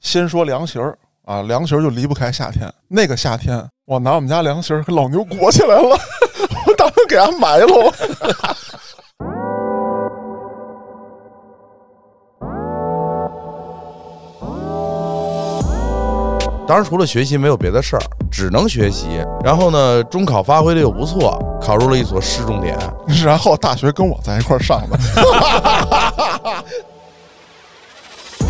先说凉席儿啊，凉席儿就离不开夏天。那个夏天，我拿我们家凉席儿给老牛裹起来了， 我打算给它埋了。 当然，除了学习没有别的事儿，只能学习。然后呢，中考发挥的又不错，考入了一所市重点。然后大学跟我在一块儿上的，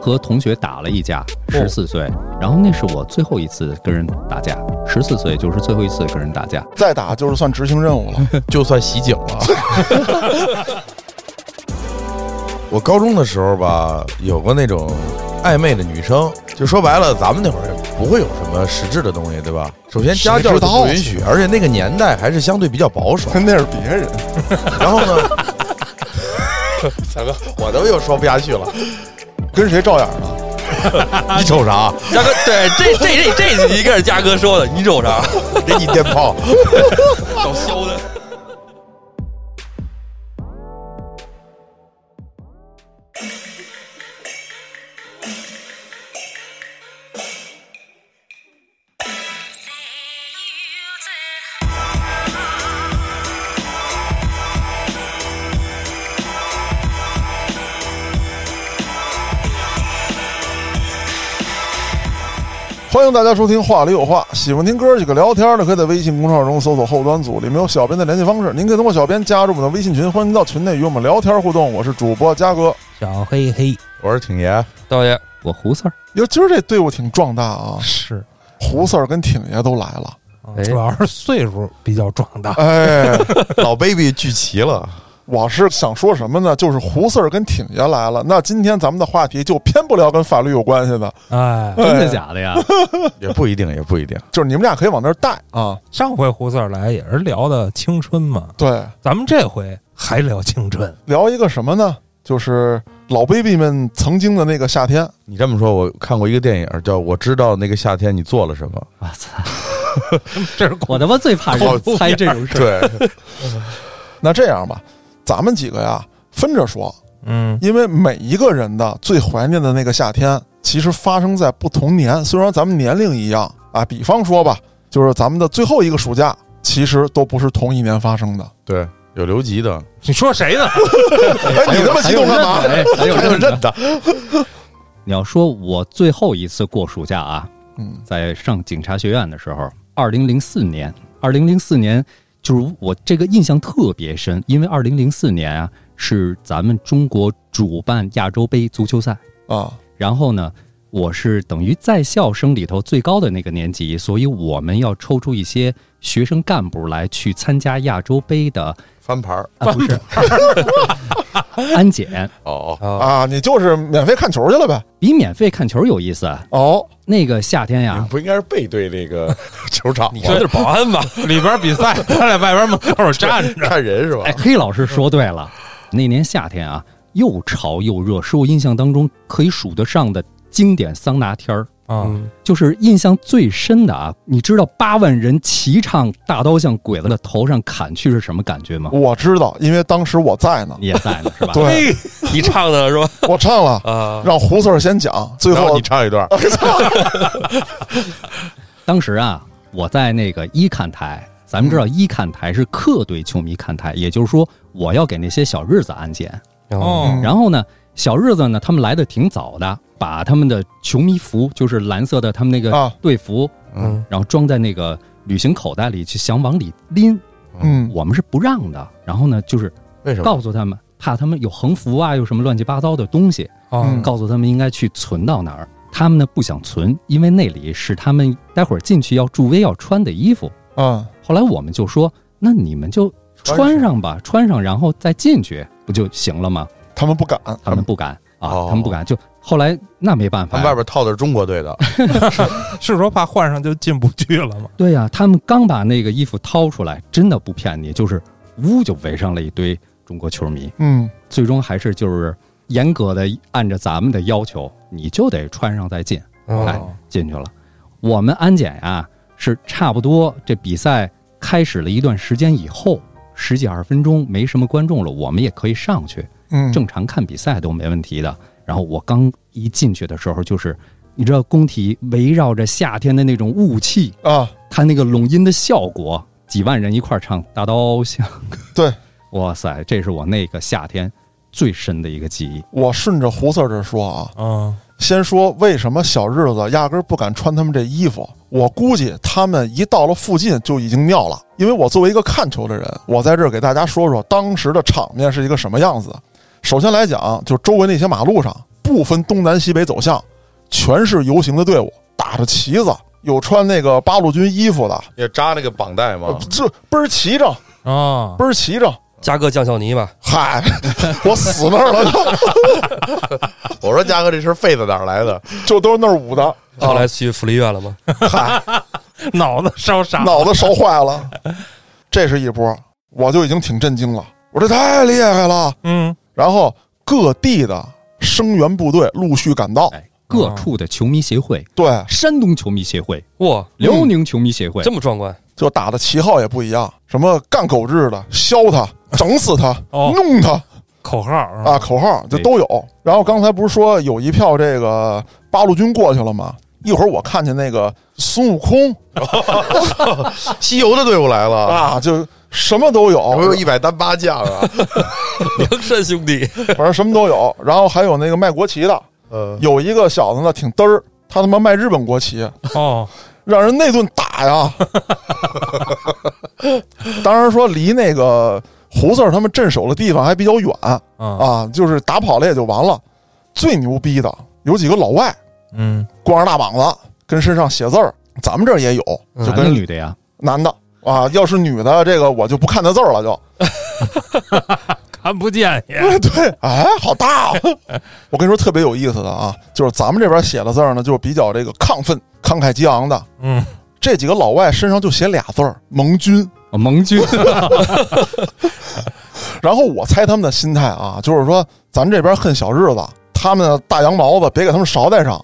和同学打了一架，哦十四岁，然后那是我最后一次跟人打架，十四岁就是最后一次跟人打架。再打就是算执行任务了。就算袭警了。 我高中的时候吧，有个那种暧昧的女生，就说白了，咱们那会儿也不会有什么实质的东西，对吧？首先家教谁就知道不允许，而且那个年代还是相对比较保守。那是别人，然后 呢，大哥，我都又说不下去了，跟谁照眼儿呢？你瞅啥？嘉哥，对，这这这这集应该是嘉哥说的，你瞅啥？ 给你电炮。搞削的。欢迎大家收听《话里有话》，喜欢听哥几个聊天的，可以在微信公众号中搜索“后端组”，里面有小编的联系方式，您可以通过小编加入我们的微信群，欢迎到群内与我们聊天互动。我是主播嘉哥，小黑黑，我是挺爷，导演，我胡四儿，哟，今儿这队伍挺壮大啊，是，胡四儿跟挺爷都来了， 哎主要是岁数比较壮大，哎。老 baby 聚齐了。我是想说什么呢？就是胡四儿跟挺爷来了，那今天咱们的话题就偏不聊跟法律有关系的， 哎，真的假的 呀？也不一定，也不一定。就是你们俩可以往那儿带啊。上回胡四儿来也是聊的青春嘛，对，咱们这回还聊青春，聊一个什么呢？就是老 baby 们曾经的那个夏天，你这么说，我看过一个电影叫《我知道那个夏天你做了什么我操！ 这是我他妈最怕人猜这 种》。事儿。对，那这样吧，咱们几个呀分着说，嗯因为每一个人的最怀念的那个夏天，其实发生在不同年。虽然咱们年龄一样啊，比方说吧，就是咱们的最后一个暑假，其实都不是同一年发生的。对，有留级 的，你说谁呢？哎，你那么激动干嘛？哎，还有还有认的。认的。你要说我最后一次过暑假啊，嗯，在上警察学院的时候，二零零四年，二零零四年就是我这个印象特别深，因为二零零四年啊是咱们中国主办亚洲杯足球赛，啊，然后呢，我是等于在校生里头最高的那个年级，所以我们要抽出一些学生干部来去参加亚洲杯的翻牌儿啊，不是 安检，哦，啊，啊，你就是免费看球去了呗？比免费看球有意思。啊哦，那个夏天你呀们，不应该是背对那 个球场吗？啊你说的是保安吧？ 里边比赛，他在外边门口站着，看人是吧哎，？黑老师说对了，那年夏天啊，又潮又热，是我印象当中可以数得上的经典桑拿天儿。啊，嗯就是印象最深的啊，你知道八万人齐唱大刀向鬼子的头上砍去是什么感觉吗？我知道，因为当时我在呢，你也在呢，是吧？对嘿，你唱的 是吧？我唱了，啊，让胡四儿先讲，最然后后你唱一段，当时啊，我在那个一看台，咱们嗯知道一看台是客队球迷看台，也就是说我要给那些小日子安检。哦，嗯然后呢，小日子呢，他们来的挺早的，把他们的球迷服，就是蓝色的他们那个啊队服，嗯，然后装在那个旅行口袋里去，想往里拎。 嗯，我们是不让的。然后呢，就是为什么？告诉他们，怕他们有横幅啊，有什么乱七八糟的东西，嗯嗯啊哦，告诉他们应该去存到哪儿。他们呢不想存，因为那里是他们待会儿进去要助威要穿的衣服。啊，后来我们就说，那你们就穿上吧，穿上然后再进去不就行了吗？他们不敢，他们不敢啊哦，他们不敢。就后来那没办他法们呀，外边套的是中国 队的，是说怕换上就进不去了吗？对呀、他们刚把那个衣服掏出来，真的不骗你，就是呜就围上了一堆中国球迷。嗯，最终还是就是严格的按照咱们的要求，你就得穿上再进，哎，进去了。我们安检呀、是差不多这比赛开始了一段时间以后，十几二十分钟没什么观众了，我们也可以上去嗯，正常看比赛都没问题的。然后我刚一进去的时候，就是你知道工体围绕着夏天的那种雾气，啊，它那个拢音的效果，几万人一块儿唱《大刀向》，对，哇塞，这是我那个夏天最深的一个记忆。我顺着胡 Sir 这说啊，嗯，先说为什么小日子压根儿不敢穿他们这衣服。我估计他们一到了附近就已经尿了，因为我作为一个看球的人，我在这儿给大家说说当时的场面是一个什么样子。首先来讲，就周围那些马路上，不分东南西北走向，全是游行的队伍，打着旗子，有穿那个八路军衣服的，也扎那个绑带呃吗？ 这倍儿齐整，啊，倍儿齐整。嘉哥酱小泥嘛，嗨， 我死那儿了，我说嘉哥，这身痱子哪儿来的？就都是那儿捂的。后来去福利院了 吗？嗨，哦脑子烧啊傻，脑子烧坏了。这是一波，我就已经挺震惊了，我这太厉害了。嗯，然后各地的声援部队陆续赶到，哎，各处的球迷协会，对，山东球迷协会、嗯哇，辽宁球迷协会，这么壮观！就打的旗号也不一样，什么干狗日的、削他、整死他、哦弄他口号嗯啊，啊，口号就都有。然后刚才不是说有一票这个八路军过去了吗？一会儿我看见那个孙悟空西游的队伍来了，啊，就什么都有，我有一百单八将啊， 梁山兄弟，反正什么都有。然后还有那个卖国旗的，呃，有一个小子呢挺嘚儿，他他妈卖日本国旗，哦，让人那顿打呀。 当然说离那个胡四儿他们镇守的地方还比较远啊，啊，就是打跑了也就完了。最牛逼的有几个老外，嗯，光着大膀子，跟身上写字儿，咱们这儿也有，就嗯男的跟女的呀？男的。啊，要是女的，这个我就不看她字儿了， 就看不见也， 对，哎，好大、啊！我跟你说，特别有意思的啊，就是咱们这边写的字儿呢，就是比较这个亢奋、慷慨激昂的，嗯，这几个老外身上就写俩字儿“盟军哦盟军，”，然后我猜他们的心态啊，就是说咱这边恨小日子，他们大羊毛子别给他们捎带上，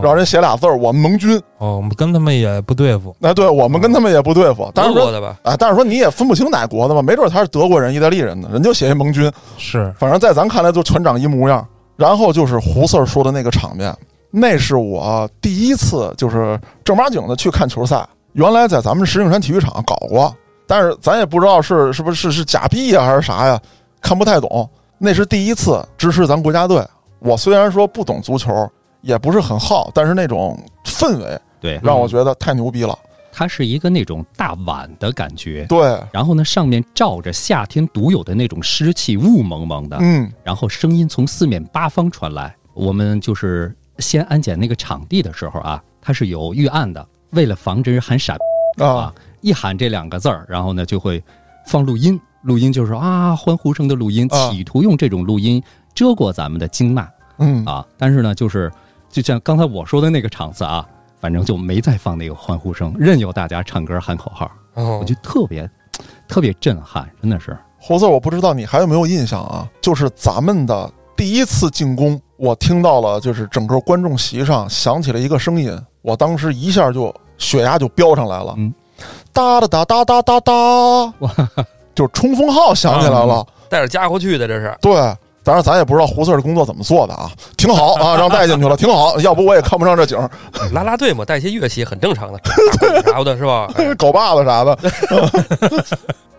嗯让人写俩字儿“我们盟军哦，我们跟他们也不对付”。，哎，对我们跟他们也不对付，但德是国说的吧？啊，但是说你也分不清哪国的嘛，没准他是德国人、意大利人呢，人就写一盟军，是，反正在咱看来就全长一模样。然后就是胡四儿说的那个场面，那是我第一次就是正儿八经的去看球赛。原来在咱们石景山体育场搞过，但是咱也不知道是是不是是假币啊呀还是啥呀，看不太懂。那是第一次支持咱国家队。我虽然说不懂足球，也不是很好，但是那种氛围 对，让我觉得太牛逼了。它是一个那种大碗的感觉，对，然后呢，上面罩着夏天独有的那种湿气，雾蒙蒙的，嗯，然后声音从四面八方传来。我们就是先安检那个场地的时候啊，它是有预案的，为了防止喊闪啊啊，一喊这两个字儿，然后呢就会放录音，录音就是啊欢呼声的录音，啊企图用这种录音遮过咱们的惊骂嗯啊。但是呢，就是就像刚才我说的那个场次啊，反正就没再放那个欢呼声，任由大家唱歌喊口号，哦我就特别特别震撼，真的是胡子，我不知道你还有没有印象啊？就是咱们的第一次进攻，我听到了，就是整个观众席上响起了一个声音，我当时一下就血压就飙上来了，嗯哒哒哒哒哒哒哒，就是冲锋号响起来了。带着家伙去的，这是对，当然咱也不知道胡四儿的工作怎么做的啊，挺好啊，让带进去了，挺好，要不我也看不上这景儿，嗯拉拉队嘛，带些乐器很正 常的，打鼓啥的是吧？哎狗把子啥的。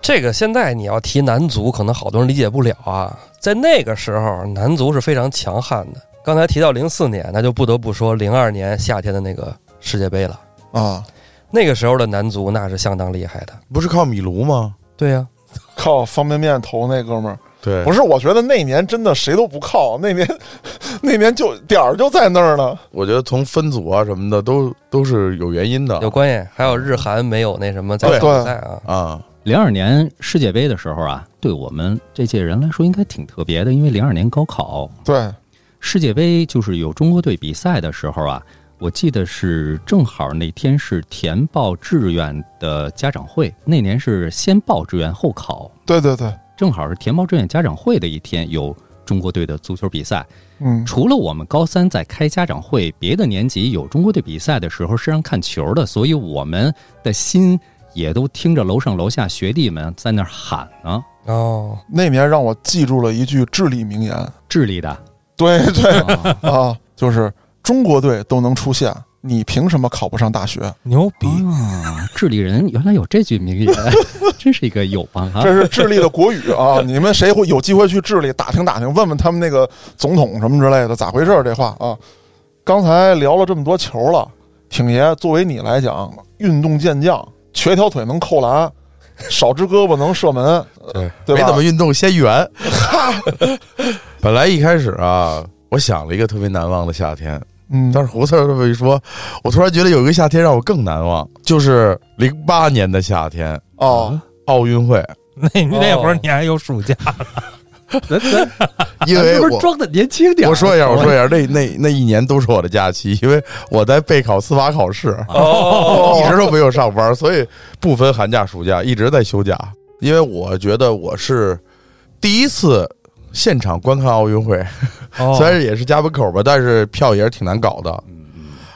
这个现在你要提男足，可能好多人理解不了啊。在那个时候，男足是非常强悍的。刚才提到零四年，那就不得不说零二年夏天的那个世界杯了。啊，那个时候的男足那是相当厉害的。 不是靠米卢吗？对呀、靠方便面投那哥们儿，对不是，我觉得那年真的谁都不靠，那年那年就点儿就在那儿呢。我觉得从分组啊什么的都都是有原因的有关系。还有日韩没有那什么在对比赛啊，啊。零二年世界杯的时候啊，对我们这届人来说应该挺特别的，因为零二年高考，对，世界杯就是有中国队比赛的时候啊，我记得是正好那天是填报志愿的家长会，那年是先报志愿后考，对对对，正好是填报志愿家长会的一天有。中国队的足球比赛，嗯除了我们高三在开家长会，别的年级有中国队比赛的时候是让看球的，所以我们的心也都听着楼上楼下学弟们在那儿喊呢。哦，那年让我记住了一句至理名言：智利的对对啊啊，就是中国队都能出现，你凭什么考不上大学？牛逼！啊，至理人原来有这句名言，真是一个友邦啊！这是智 利的国语啊！你们谁会有机会去智利打听打听，问问他们那个总统什么之类的咋回事儿？这话啊，刚才聊了这么多球了，挺爷作为你来讲，运动健将，瘸条腿能扣篮，少只胳膊能射门，对，对吧没怎么运动，先 圆。本来一开始啊，我想了一个特别难忘的夏天，嗯，但是胡四儿这么一说，我突然觉得有一个夏天让我更难忘，就是零八年的夏天，哦，奥运会，那那会儿哦 你还有暑假，咱咱因咱为是不是我。装的年轻点儿？啊我说一下，我说一下，那那那一年都是我的假期，因为我在备考司法考试，哦，一直都没有上班，所以不分寒假暑假，一直在休假。因为我觉得我是第一次现场观看奥运会，哦哦虽 然也是家门口吧，但是票也是挺难搞的。嗯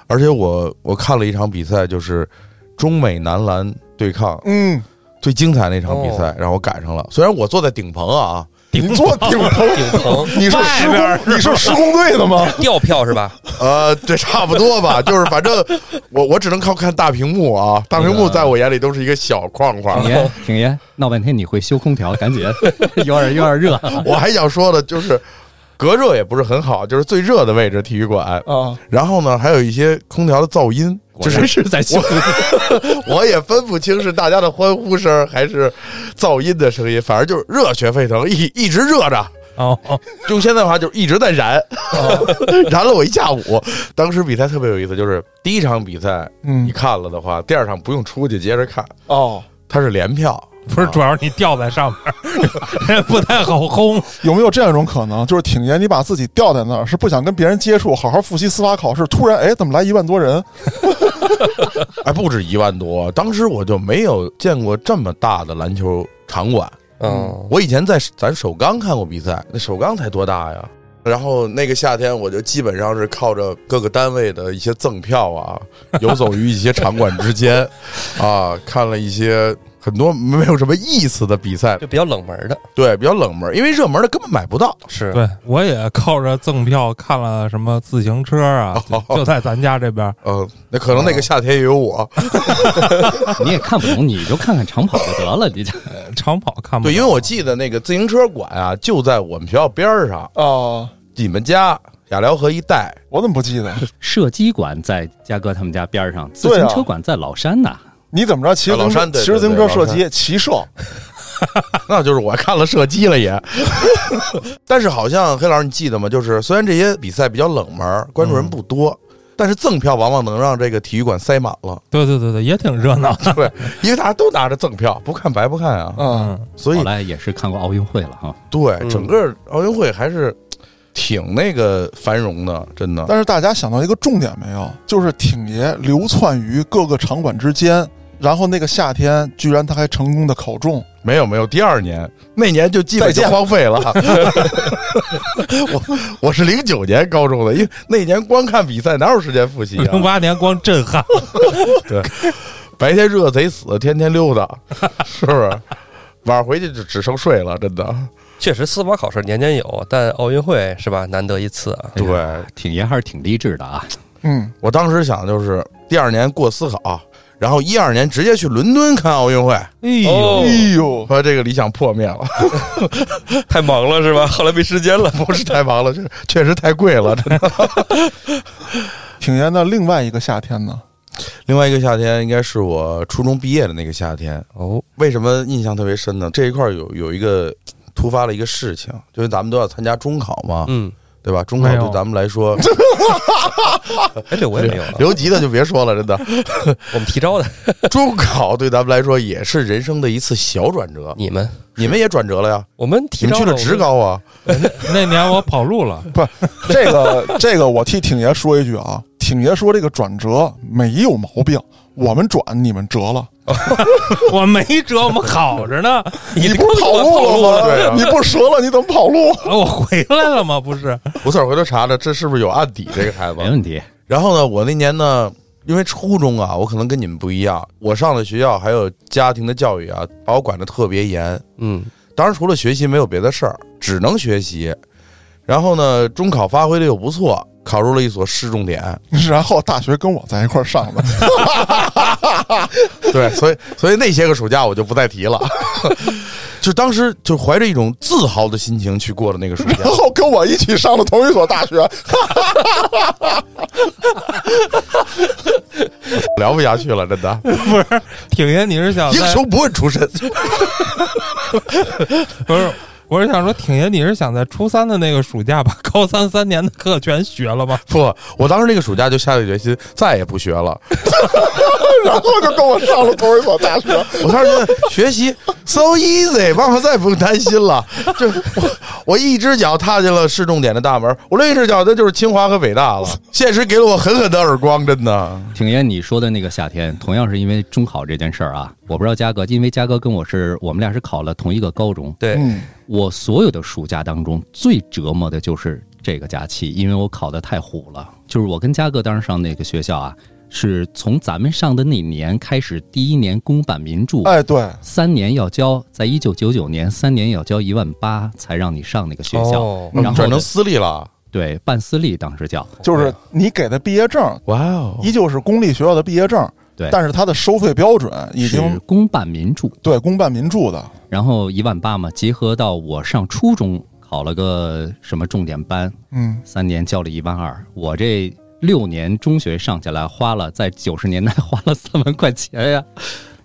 而且我我看了一场比赛，就是中美男篮对抗嗯，最精彩那场比赛，让我赶上了。虽然我坐在顶棚啊，哦你坐顶棚，顶棚你是外施边儿工，你是施工队的吗？ 掉票是吧？ 呃，这差不多吧，就是反正我我只能靠看大屏幕啊，大屏幕在我眼里都是一个小框框挺。爷，挺爷，闹半天你会修空调，赶紧，有点有点热。 我还想说的就是，隔热也不是很好，就是最热的位置体育馆。啊，然后呢，还有一些空调的噪音，就果然是是在修， 我也分不清是大家的欢呼声还是噪音的声音，反正就是热血沸腾，一一直热着。哦，哦用现在的话就是一直在燃， 燃了我一下午。当时比赛特别有意思，就是第一场比赛你嗯，看了的话，第二场不用出去接着看，哦，它是联票。不是，主要是你吊在上面， 不太好轰。有没有这样一种可能，就是挺爷你把自己吊在那儿，是不想跟别人接触，好好复习司法考试，突然哎，怎么来一万多人？哎，不止一万多，当时我就没有见过这么大的篮球场馆。嗯，我以前在咱首钢看过比赛，那首钢才多大呀？然后那个夏天，我就基本上是靠着各个单位的一些赠票啊，游走于一些场馆之间，啊，看了一些很多没有什么意思的比赛，就比较冷门的，对，比较冷门，因为热门的根本买不到。是对，我也靠着赠票看了什么自行车啊，哦就就在咱家这边。嗯，那可能那个夏天也有我，你也看不懂，你就看看长跑就得了。你这长跑看不对，了因为我记得那个自行车馆啊，就在我们学校边儿上，啊，你们家雅辽河一带，我怎么不记得？射击馆在嘉哥他们家边儿上，自对啊行车馆在老山呐。你怎么着？骑自行老车，山对骑对自行对车老射山击，骑射， 那就是我看了射击了也。 但是好像黑老师你记得吗？就是虽然这些比赛比较冷门儿，关注人不多。但是赠票往往能让这个体育馆塞满了，对对对对，也挺热闹。对，因为大家都拿着赠票，不看白不看啊。嗯，嗯，所以后来也是看过奥运会了哈。对嗯整个奥运会还是挺那个繁荣的，真的。但是大家想到一个重点没有，就是挺爷流窜于各个场馆之间，然后那个夏天居然他还成功的考中，没有没有，第二年那年就基本再就见荒废 了。我我是零九年高中的，因为那年光看比赛，哪有时间复 习啊零？八年光震撼，白天热贼死，天天溜达，是不是？晚上回去就只剩睡了，真的。 确实司法考试年年有，但奥运会是吧，难得一次啊。对挺爷还是挺励志的啊。嗯，我当时想就是第二年过思考，然后一二年直接去伦敦看奥运会，哎呦，哦哎，呦，把这个理想破灭了， 太忙了是吧？后来没时间了。不是太忙了，是确实太贵了。真的。挺爷的另外一个夏天呢， 另外一个夏天应该是我初中毕业的那个夏天，哦，为什么印象特别深呢？这一块儿有有一个突发了一个事情，就是咱们都要参加中考嘛，嗯，对吧？中考没有对咱们来 说，哎，这我也没有啊，留级的就别说了，真的。我们提招的，中考对咱们来说也是人生的一次小转折，你们你们也转折了呀？我们提你们招去了职，高啊？那年我跑路了，这 个这个我替挺爷说一句啊，挺爷说这个转折没有毛病，我们转你们折了，我没辙，我们好着呢。你你不是跑路了了吗？对啊你不是折了，你怎么跑路？ 啊我回来了吗？不是，胡四儿回头查查，这是不是有案底？这个孩子没。问题，然后呢，我那年呢，因为初中啊，我可能跟你们不一样，我上的学校还有家庭的教育啊，把我管得特别严。嗯，当然，除了学习没有别的事儿，只能学习。然后呢，中考发挥的又不错，考入了一所市重点。然后大学跟我在一块儿上 的，对， 所以所以那些个暑假我就不再提了， 就当时就怀着一种自豪的心情去过了那个暑假然。后跟我一起上的同一所大学，聊不下去了，真的。不是，挺爷，你是想英在雄不问出身， 不是？我是想说，挺爷，你是想在初三的那个暑假把高三三年的课全学了吗？不，我当时那个暑假就下定决心，再也不学了。 然后就跟我上了同一所大学。我当时觉得学习 so easy，妈妈再也不用担心了。这我我一只脚踏进了市重点的大门，我另一只脚那就是清华和北大了。现实给了我狠狠的耳光，真的。挺爷，你说的那个夏天，同样是因为中考这件事儿啊，我不知道嘉哥，因为嘉哥跟我是我们俩是考了同一个高中，对，嗯，我所有的暑假当中最折磨的就是这个假期，因为我考得太虎了。就是我跟嘉哥当时上那个学校啊，是从咱们上的那年开始，第一年公办民助，哎，对，三年要交，在一九九九年三年要交一万八才让你上那个学校，哦嗯然后转呢成私立了。对办私立当时叫，就是你给的毕业证哇哦！依旧是公立学校的毕业证，对但是它的收费标准已是经公办民助，对公办民助的，然后一万八嘛，结合到我上初中考了个什么重点班，嗯，三年交了一万二，我这六年中学上下来花了，在九十年代花了 三万块钱呀。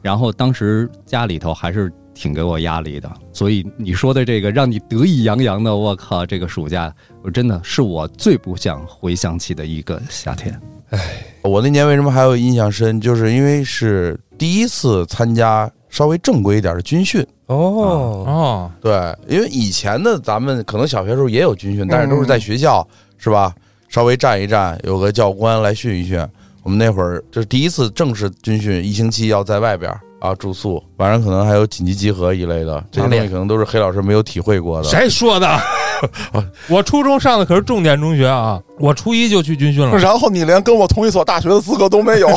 然后当时家里头还是挺给我压力的，所以你说的这个让你得意洋洋的，我靠，这个暑假我真的是我最不想回想起的一个夏天。我那年为什么还有印象深，就是因为是第一次参加稍微正规一点的军训。哦，哦，对，因为以前的咱们可能小学时候也有军训，但是都是在学校，是吧？稍微站一站，有个教官来训一训。我们那会儿这是第一次正式军训，一星期要在外边儿啊住宿，晚上可能还有紧急集合一类的，这些东西可能都是黑老师没有体会过的。谁说的？ 我初中上的可是重点中学啊，我初一就去军训了。然后你连跟我同一所大学的资格都没有，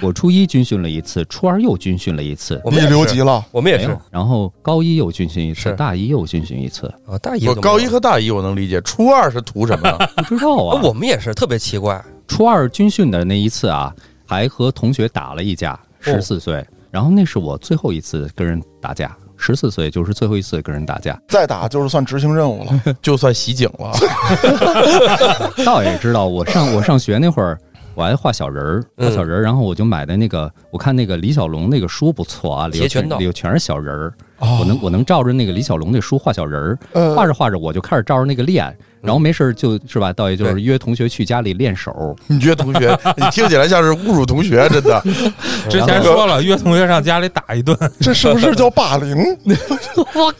我初一军训了一次，初二又军训了一次，我你们也留是级了，我们也没是有，然后高一又军训一次，是大一又军训一次，啊，大我一都没有高一和大一我能理解，初二是图什么 呢？不知道啊。啊，我们也是特别奇啊怪，初二军训的那一次啊，还和同学打了一架，哦十四岁。然后那是我最后一次跟人打架，十四岁就是最后一次跟人打架。再打就是算执行任务了。就算袭警了。 倒也知道，我上 我上学那会儿，我还画小人儿，画嗯小人儿。然后我就买的那个，我看那个李小龙那个书不错啊，里头截拳全道里头全是小人儿。哦我能我能照着那个李小龙那书画小人儿，呃嗯画着画着我就开始照着那个练，然后没事儿就是吧，倒也就是对约同学去家里练手。你约同学，你听起来像是侮辱同学，真的。之前说了，约同学上家里打一顿，这是不是叫霸凌？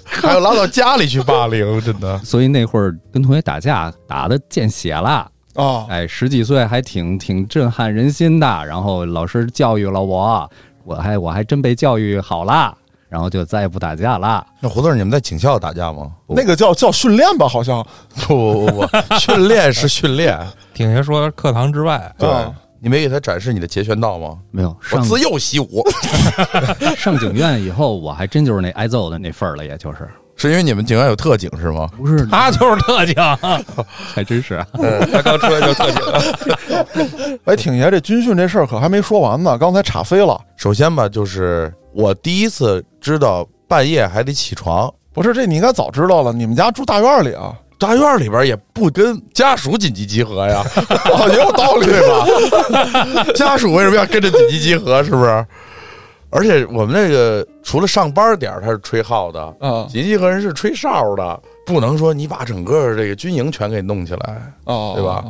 还要拉到家里去霸凌，真的。所以那会儿跟同学打架打的见血了。啊，哎，十几岁还挺挺震撼人心的。然后老师教育了我，我还我还真被教育好啦，然后就再也不打架啦。那胡同儿，你们在警校打架吗？那个叫叫训练吧，好像不不不不，训练是训练。挺爷说课堂之外，对啊，你没给他展示你的截拳道吗？没有我上自幼习武， 上警院以后，我还真就是那挨揍的那份儿了，也就是是因为你们警院有特警是 吗？不是， 他就是特警。 还真是啊。嗯，他刚出来就特警了，哎，挺爷这军训这事儿可还没说完呢，刚才岔飞了。首先吧，就是我第一次知道半夜还得起床，不是，这你应该早知道了，你们家住大院里啊，大院里边也不跟家属紧急集合 呀，哦，也有道理对吧？ 家属为什么要跟着紧急集合？是不是？而且我们那个除了上班点儿他是吹号的，啊紧急集合人是吹哨的，不能说你把整个这个军营全给弄起来。啊，对吧？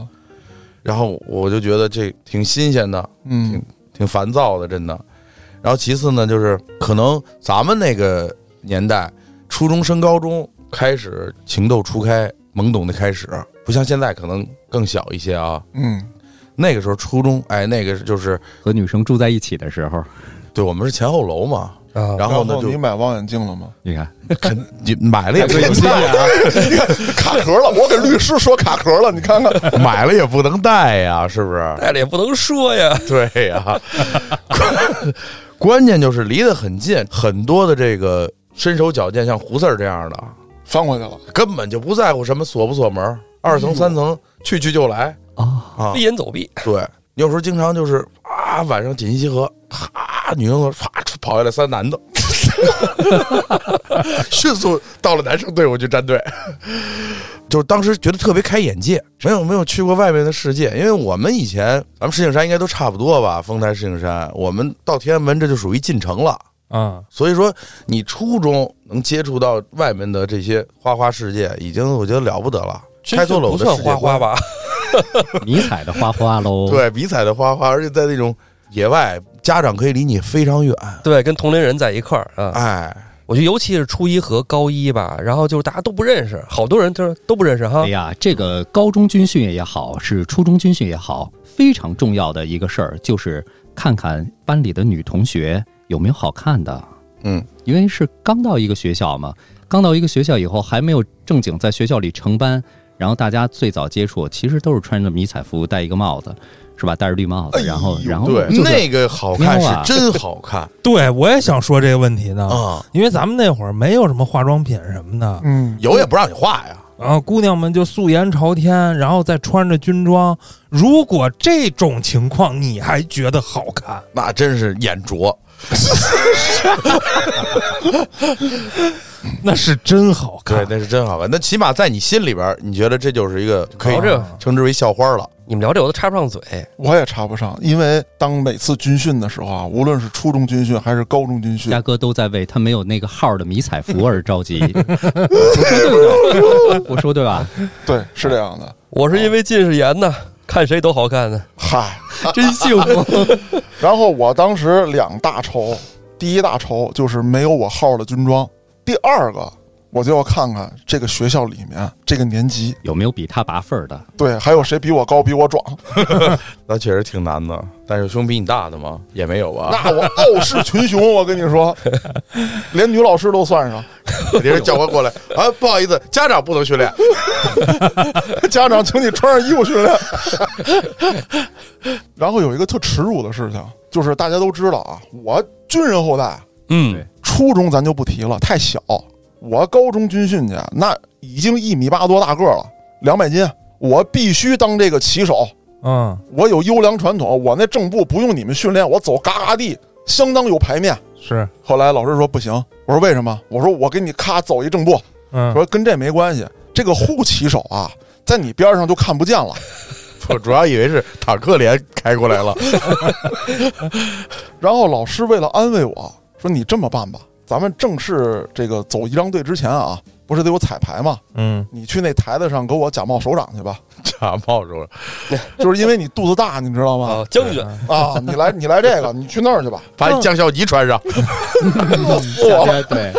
然后我就觉得这挺新鲜的，嗯，挺烦躁的，真的。然后其次呢，就是可能咱们那个年代，初中升高中开始情窦初开，懵懂的开始，不像现在可能更小一些啊。嗯，那个时候初中，哎，那个就是和女生住在一起的时候，对我们是前后楼嘛，啊，然后呢就你买望远镜了吗？你看肯你买了也不能带啊， 卡壳了，我给律师说卡壳了，你看看，买了也不能带呀、是不是？带了也不能说呀， 对呀、关键就是离得很近，很多的这个身手矫健，像胡四儿这样的，翻过去了。根本就不在乎什么锁不锁门，二层三层去去就来啊，啊飞。檐走壁，对，有时候经常就是啊，晚上紧急集合，啪，女生啪跑下来仨男的， 迅速到了男生队伍去站队，就是当时觉得特别开眼界，没有没有去过外面的世界，因为我们以前咱们石景山应该都差不多吧，丰台石景山，我们到天安门这就属于进城了。嗯，所以说，你初中能接触到外面的这些花花世界，已经我觉得了不得了，开拓了不我的算世界花花观吧？迷彩的花花 喽。，对，迷彩的花花，而且在那种野外，家长可以离你非常远。 啊对，跟同龄人在一块儿啊，哎，我觉得尤其是初一和高一吧，然后就是大家都不认识，好多人就是都不认识哈哎。呀，这个高中军训也好，是初中军训也好，非常重要的一个事儿就是看看班里的女同学有没有好看的。嗯，因为是刚到一个学校嘛，刚到一个学校以后还没有正经在学校里成班，然后大家最早接触其实都是穿着迷彩服，戴一个帽子，是吧？戴着绿帽哎子，然后然后哎对就是那个好看喵啊是真好看对我也想说这个问题呢，啊，因为咱们那会儿没有什么化妆品什么的，嗯，有也不让你画呀。然后姑娘们就素颜朝天，然后再穿着军装。如果这种情况你还觉得好看，那真是眼啊拙，那是真好对看，。那是真好看。那起码在你心里边，你觉得这就是一个可以瞧这称之为校花了。你们聊这我都插不上嘴，我也插不上，因为当每次军训的时候啊，无论是初中军训还是高中军训嘉，哥都在为他没有那个号的迷彩服而着急，我说对不对？我说对吧？ 对，是这样的。我是因为近视眼呢，看谁都好看呢，嗨，啊真幸福。 然后我当时两大仇，第一大仇就是没有我号的军装，第二个我就要看看这个学校里面这个年级，有没有比他拔份儿的？对，还有谁比我高比我壮，那确实挺难的，但是有胸比你大的吗？也没有吧，那我傲视群雄，我跟你说，连女老师都算上，肯定是教官过 来啊，不好意思，家长不能训练。家长，请你穿上衣服训练。然后有一个特耻辱的事情，就是大家都知道啊，我军人后代，嗯，初中咱就不提了，太小。我高中军训去，那已经一米八多大个儿了，两百斤，我必须当这个旗手。嗯，我有优良传统，我那正步不用你们训练，我走嘎嘎地，相当有排面。是，后来老师说不行，我说为什么？我说我给你咔走一正步，嗯，说跟这没关系，这个护旗手啊，在你边上就看不见了。我主要以为是坦克连开过来了，然后老师为了安慰我说：“你这么办吧，咱们正式这个走仪仗队之前啊，不是得有彩排吗？嗯，你去那台子上给我假冒首长去 吧，假冒出来，就是因为你肚子大，你知道吗？哦啊，将军，啊，你来你来这个，你去那儿 去吧。把嗯你将校衣穿上。对对，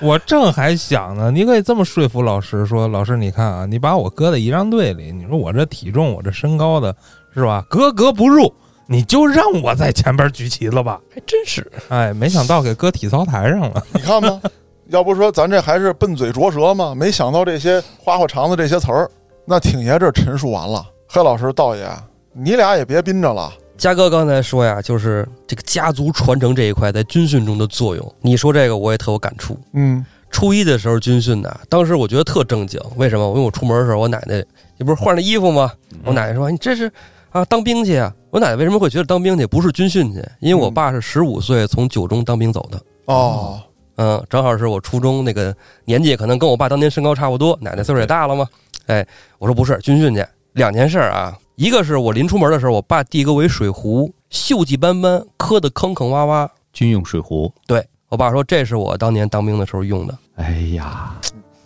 我正还想呢，你可以这么说服老师说，老师你看啊，你把我搁在仪仗队里，你说我这体重，我这身高的，是吧？格格不入，你就让我在前边举旗子 吧。还真是。哎，没想到给搁体操台上了。你看吧，要不说咱这还是笨嘴拙舌吗？没想到这些花花肠子这些词儿。那挺爷这陈述完了，黑老师道爷，你俩也别憋着了。嘉哥刚才说呀，就是这个家族传承这一块在军训中的作用。你说这个我也特有感触。嗯，初一的时候军训的，当时我觉得特正经，为什么？因为我出门的时候，我奶奶你不是换了衣服吗？我奶奶说你这是啊当兵去啊。我奶奶为什么会觉得当兵去不是军训去？因为我爸是十五岁从九中当兵走的，哦，嗯，正好是我初中那个年纪，可能跟我爸当年身高差不多，奶奶岁数也大了嘛。哎，我说不是军训去，两件事儿啊，一个是我临出门的时候，我爸递给我一水壶，锈迹斑斑，磕得坑坑洼洼。军用水壶。对我爸说，这是我当年当兵的时候用的。哎呀，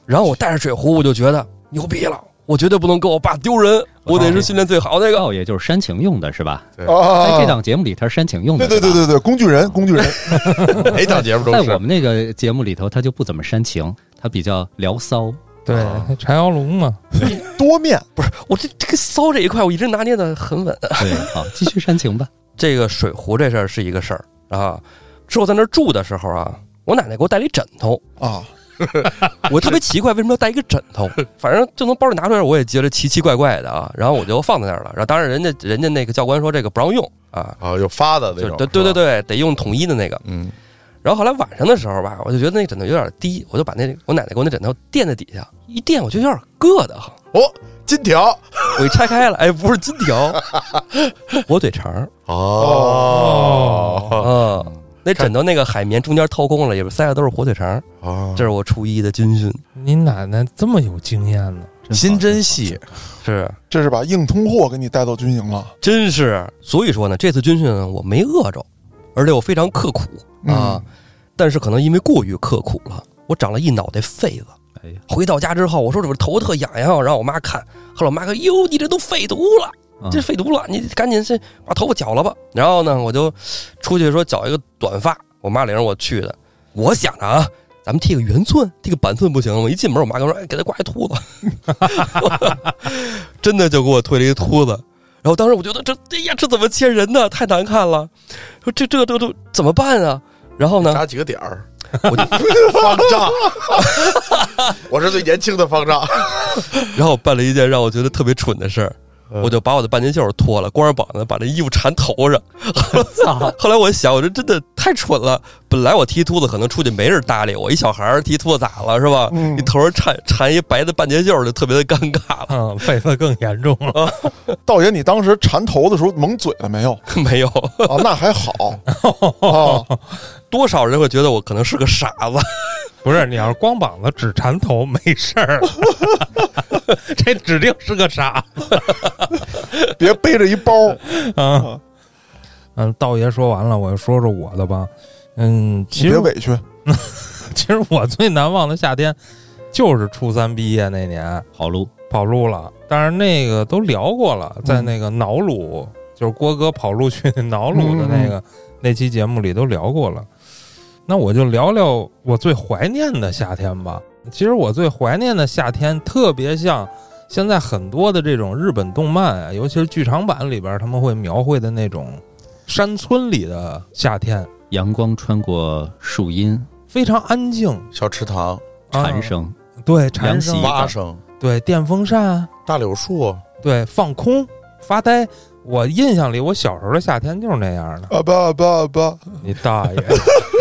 然后我带着水壶，我就觉得牛逼了，我绝对不能跟我爸丢人，我得是训练最好那个。道爷就是煽情用的是吧？在啊哎这，档哦节目里，他是煽情用的。对对对是吧，对对，工具人，工具人。每档节目都哦在是我。们那个节目里头，他就不怎么煽情，他比较聊骚。对，柴窑龙嘛，多面不是我这这个骚这一块，我一直拿捏的很稳。对， 好，继续煽情吧。这个水壶这事儿是一个事儿啊。之后在那儿住的时候啊，我奶奶给我带了一枕头，啊， 我特别奇怪为什么要带一个枕 头，反正就从包里拿出来，我也觉得奇奇怪怪的啊。然后我就放在那儿了。然后当然人家人家那个教官说这个不让用啊，啊，有发的那就种，对对对是吧，对，得用统一的那个。嗯，然后后来晚上的时候吧，我就觉得那个枕头有点低，我就把那我奶奶给我那枕头垫在底下，一垫我就有点硌得慌，哦，金条我一拆开了，哎，不是金 条，火腿肠儿哦啊。那枕头那个海绵中间掏空了，里边塞的都是火腿肠儿，哦这是我初一的军训。你奶奶这么有经验呢？心真细，是，这是把硬通货给你带到军营了。真是。所以说呢，这次军训我没饿着，而且我非常刻苦嗯啊。但是可能因为过于刻苦了，我长了一脑袋痱子。哎呀，回到家之后，我说这我头特痒痒，然后我妈看，后来我妈说：“哟，你这都肺毒了，嗯这肺毒了，你赶紧先把头发绞了吧。”然后呢，我就出去说绞一个短发，我妈领着我去的。我想着啊，咱们剃个圆寸，剃个板寸不行吗？一进门，我妈跟我说：“哎，给他挂一秃子。” 真的就给我推了一秃子。然后当时我觉得这，哎呀，这怎么切人呢？太难看了。说这这这这怎么办啊？然后呢，扎几个点儿，我就 方丈， 我是最年轻的方丈，然后办了一件让我觉得特别蠢的事儿，我就把我的半截袖儿脱了，光着膀子把这衣服缠头上。后来我想，我这真的太蠢了。本来我踢秃子可能出去没人搭理我，一小孩儿踢秃子咋了是吧？嗯你头上缠缠一白的半截袖儿就特别的尴尬了。嗯，痱子更严重了。道爷，你当时缠头的时候蒙嘴了 没有？没有，啊，那还好啊。多少人会觉得我可能是个傻子。 不是，你要是光膀子只缠头没事儿， 这指定是个傻别背着一包，啊。嗯，道爷说完了，我就说说我的吧。嗯，其你别实委屈。其实我最难忘的夏天，就是初三毕业那年跑路，跑路了。但是那个都聊过了，在那个瑙鲁，就是郭哥跑路去瑙鲁的那个、嗯那期节目里都聊过了。那我就聊聊我最怀念的夏天吧。其实我最怀念的夏天，特别像现在很多的这种日本动漫啊，尤其是剧场版里边，他们会描绘的那种山村里的夏天，阳光穿过树荫，非常安静，小池塘、啊蝉声，对蝉凉席声，蛙声、对电风扇，大柳树，对放空发呆。我印象里，我小时候的夏天就是那样的。啊吧吧吧，你大爷！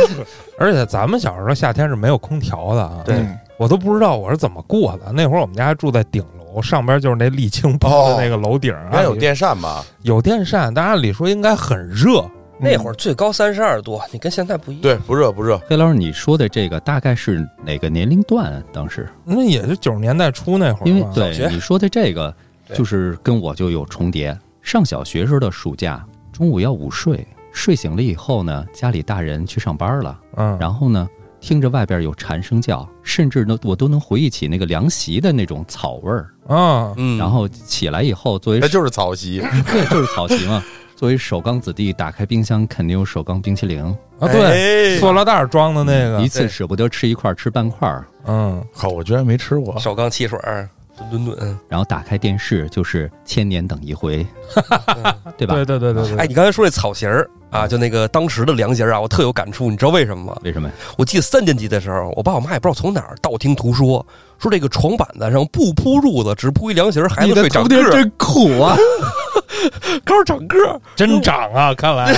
而且咱们小时候夏天是没有空调的啊，嗯，我都不知道我是怎么过的。那会儿我们家还住在顶楼，上边就是那沥青铺的哦那个楼顶，应啊，该有电扇吧？有电扇，但按理说应该很热。嗯那会儿最高三十二度，你跟现在不一样。对，不热不热，黑老师，你说的这个大概是哪个年龄段啊？当时，那也就九十年代初那会因儿为吧，学对你说的这个，对就是跟我就有重叠。上小学时候的暑假，中午要午睡，睡醒了以后呢，家里大人去上班了，嗯，然后呢，听着外边有蝉声叫，甚至呢，我都能回忆起那个凉席的那种草味儿。啊，嗯，然后起来以后，作为那就是草席，对， 就是草席嘛。作为首钢子弟，打开冰箱肯定有首钢冰淇淋，啊，对， 哎塑料袋装的那个一，次舍不得吃一块儿吃半块儿。嗯，靠，我居然没吃过，首钢汽水儿，吨吨吨。然后打开电视就是千年等一回， 对吧？对对对对对，哎，你刚才说这草鞋儿啊，就那个当时的凉鞋儿啊，我特有感触，你知道为什么吗？为什么呀？我记得三年级的时候，我爸我妈也不知道从哪儿道听途说，说这个床板子上不铺褥子，只铺一凉席儿，孩子睡长个儿，苦啊！高长个儿。真长啊，看来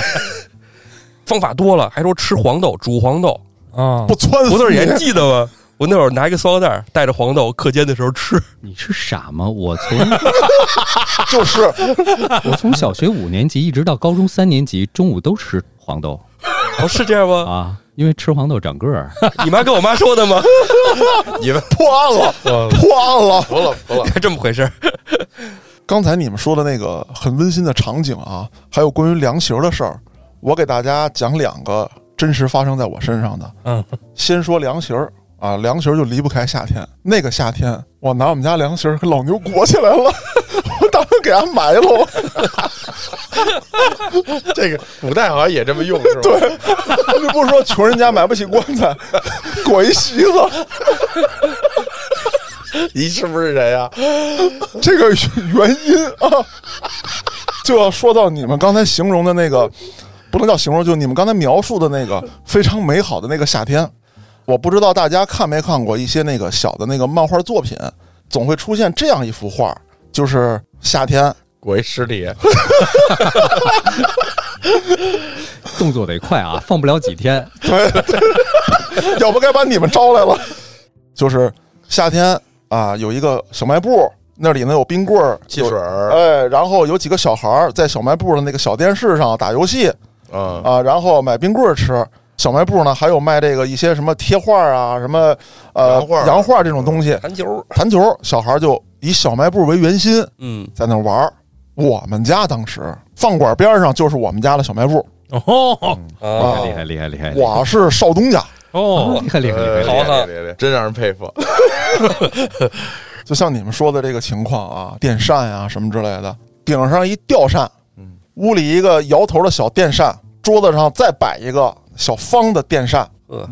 方法多了，还说吃黄豆，煮黄豆。啊不，穿胡死同儿你也记得吗？我那会儿拿一个塑料袋儿，带着黄豆，课间的时候吃。 你是傻吗？我从 就是，我从小学五年级一直到高中三年级，中午都吃黄 豆 哦，是这样吗？啊，因为吃黄豆长个儿。 你妈跟我妈说的吗？ 你们破案了，破案了。服了服了，这么回事儿。刚才你们说的那个很温馨的场景啊，还有关于凉席儿的事儿，我给大家讲两个真实发生在我身上的。嗯，先说凉席儿啊，凉席儿就离不开夏天。那个夏天，我拿我们家凉席儿给老牛裹起来了， 我打算给它埋了。这个古代好像也这么用，是吧？对，你不是说穷人家买不起棺材， 裹一席子，你是不是人啊？这个原因啊，就要说到你们刚才形容的那个，不能叫形容，就你们刚才描述的那个非常美好的那个夏天。我不知道大家看没看过一些那个小的那个漫画作品，总会出现这样一幅画，就是夏天裹一尸体，动作得快 啊，放不了几天。要不该把你们招来了。就是夏天啊，有一个小卖部，那里呢有冰棍儿、汽水有儿，哎，然后有几个小孩儿在小卖部的那个小电视上打游戏嗯，啊，然后买冰棍儿吃。小卖部呢还有卖这个一些什么贴画啊，什么呃洋画儿洋画儿这种东西，弹球，弹球，小孩儿就以小卖部为圆心嗯，在那玩儿。我们家当时饭馆边儿上就是我们家的小卖部，哦啊啊，厉害厉害厉害！我是少东家，哦，厉害厉害厉害！好汉厉害厉害厉害真让人佩服。就像你们说的这个情况啊，电扇啊什么之类的，顶上一吊扇嗯，屋里一个摇头的小电扇，桌子上再摆一个小方的电扇，呃，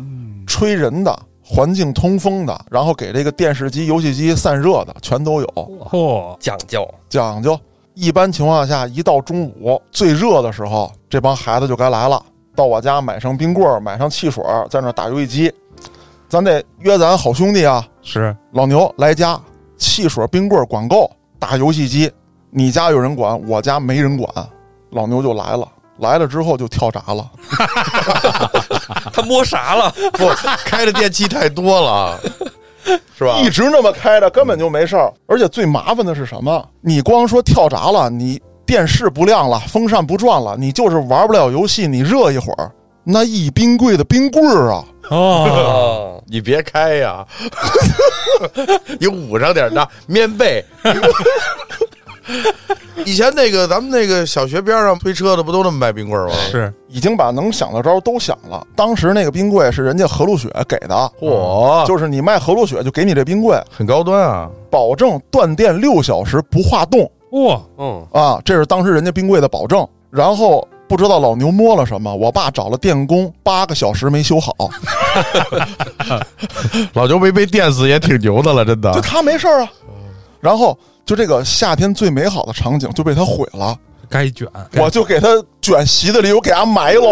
吹人的，环境通风的，然后给这个电视机、游戏机散热的，全都有，嚯，讲究，讲究。一般情况下，一到中午最热的时候，这帮孩子就该来了，到我家买上冰棍儿，买上汽水儿，在那儿打游戏机。咱得约咱好兄弟啊，是老牛来家，汽水、冰棍儿管够，打游戏机，你家有人管，我家没人管，老牛就来了。来了之后就跳闸了，他摸啥 了？ 不，开的电器太多 了，啊是吧？一直那么开着，根本就没事儿。而且最麻烦的是什么？你光说跳闸了，你电视不亮了，风扇不转了，你就是玩不了游戏，你热一会儿，那一冰柜的冰棍儿啊， 哦，啊，你别开呀， 你捂上点儿那棉 被。以前那个咱们那个小学边上推车的不都那么卖冰棍儿吗？是已经把能想的招儿都想了。当时那个冰柜是人家和路雪给的，啊嚯，就是你卖和路雪就给你这冰柜，很高端啊！保证断电六小时不化冻。哇，嗯，啊，这是当时人家冰柜的保证。然后不知道老牛摸了什么，我爸找了电工，八个小时没修好，老牛没被电死也挺牛的了，真的就。他没事儿啊。然后就这个夏天最美好的场景就被他毁了，该卷，我就给他卷席子里，我给他埋喽。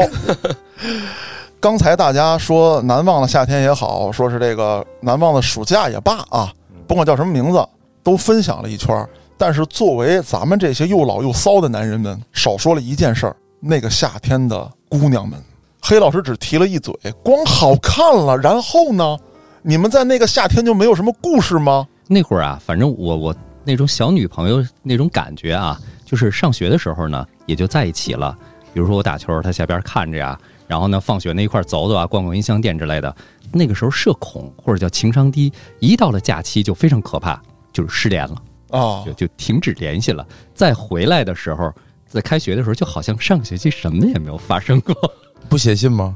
刚才大家说难忘的夏天也好，说是这个难忘的暑假也罢啊，甭管叫什么名字，都分享了一圈儿。但是作为咱们这些又老又骚的男人们，少说了一件事儿：那个夏天的姑娘们。黑老师只提了一嘴，光好看了，然后呢？你们在那个夏天就没有什么故事吗？那会儿啊，反正我我那种小女朋友那种感觉啊，就是上学的时候呢，也就在一起了。比如说我打球，她下边看着呀，然后呢，放学那一块儿走走啊，逛逛音像店之类的。那个时候社恐或者叫情商低，一到了假期就非常可怕，就是失联了。啊就，就停止联系了。再回来的时候，在开学的时候，就好像上学期什么也没有发生过。 不写信吗？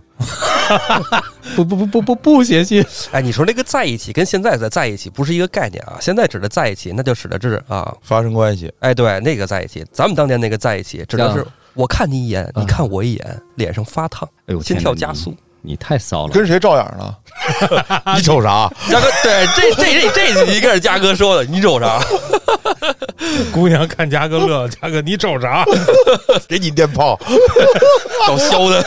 不不不不不不写信，哎，你说那个在一起跟现在在在一起不是一个概念啊，现在指的在一起，那就指的是啊，发生关系，哎，对，那个在一起，咱们当年那个在一起，指的是啊我看你一眼，你看我一眼，脸上发烫，哎呦，心跳天哪加速，，你你太骚了。跟谁照眼呢？啊你瞅啥？ 嘉哥，对，这这这这应该是嘉哥说的，你瞅啥？姑娘看嘉哥乐， 嘉哥你瞅啥？给你电炮！搞消的，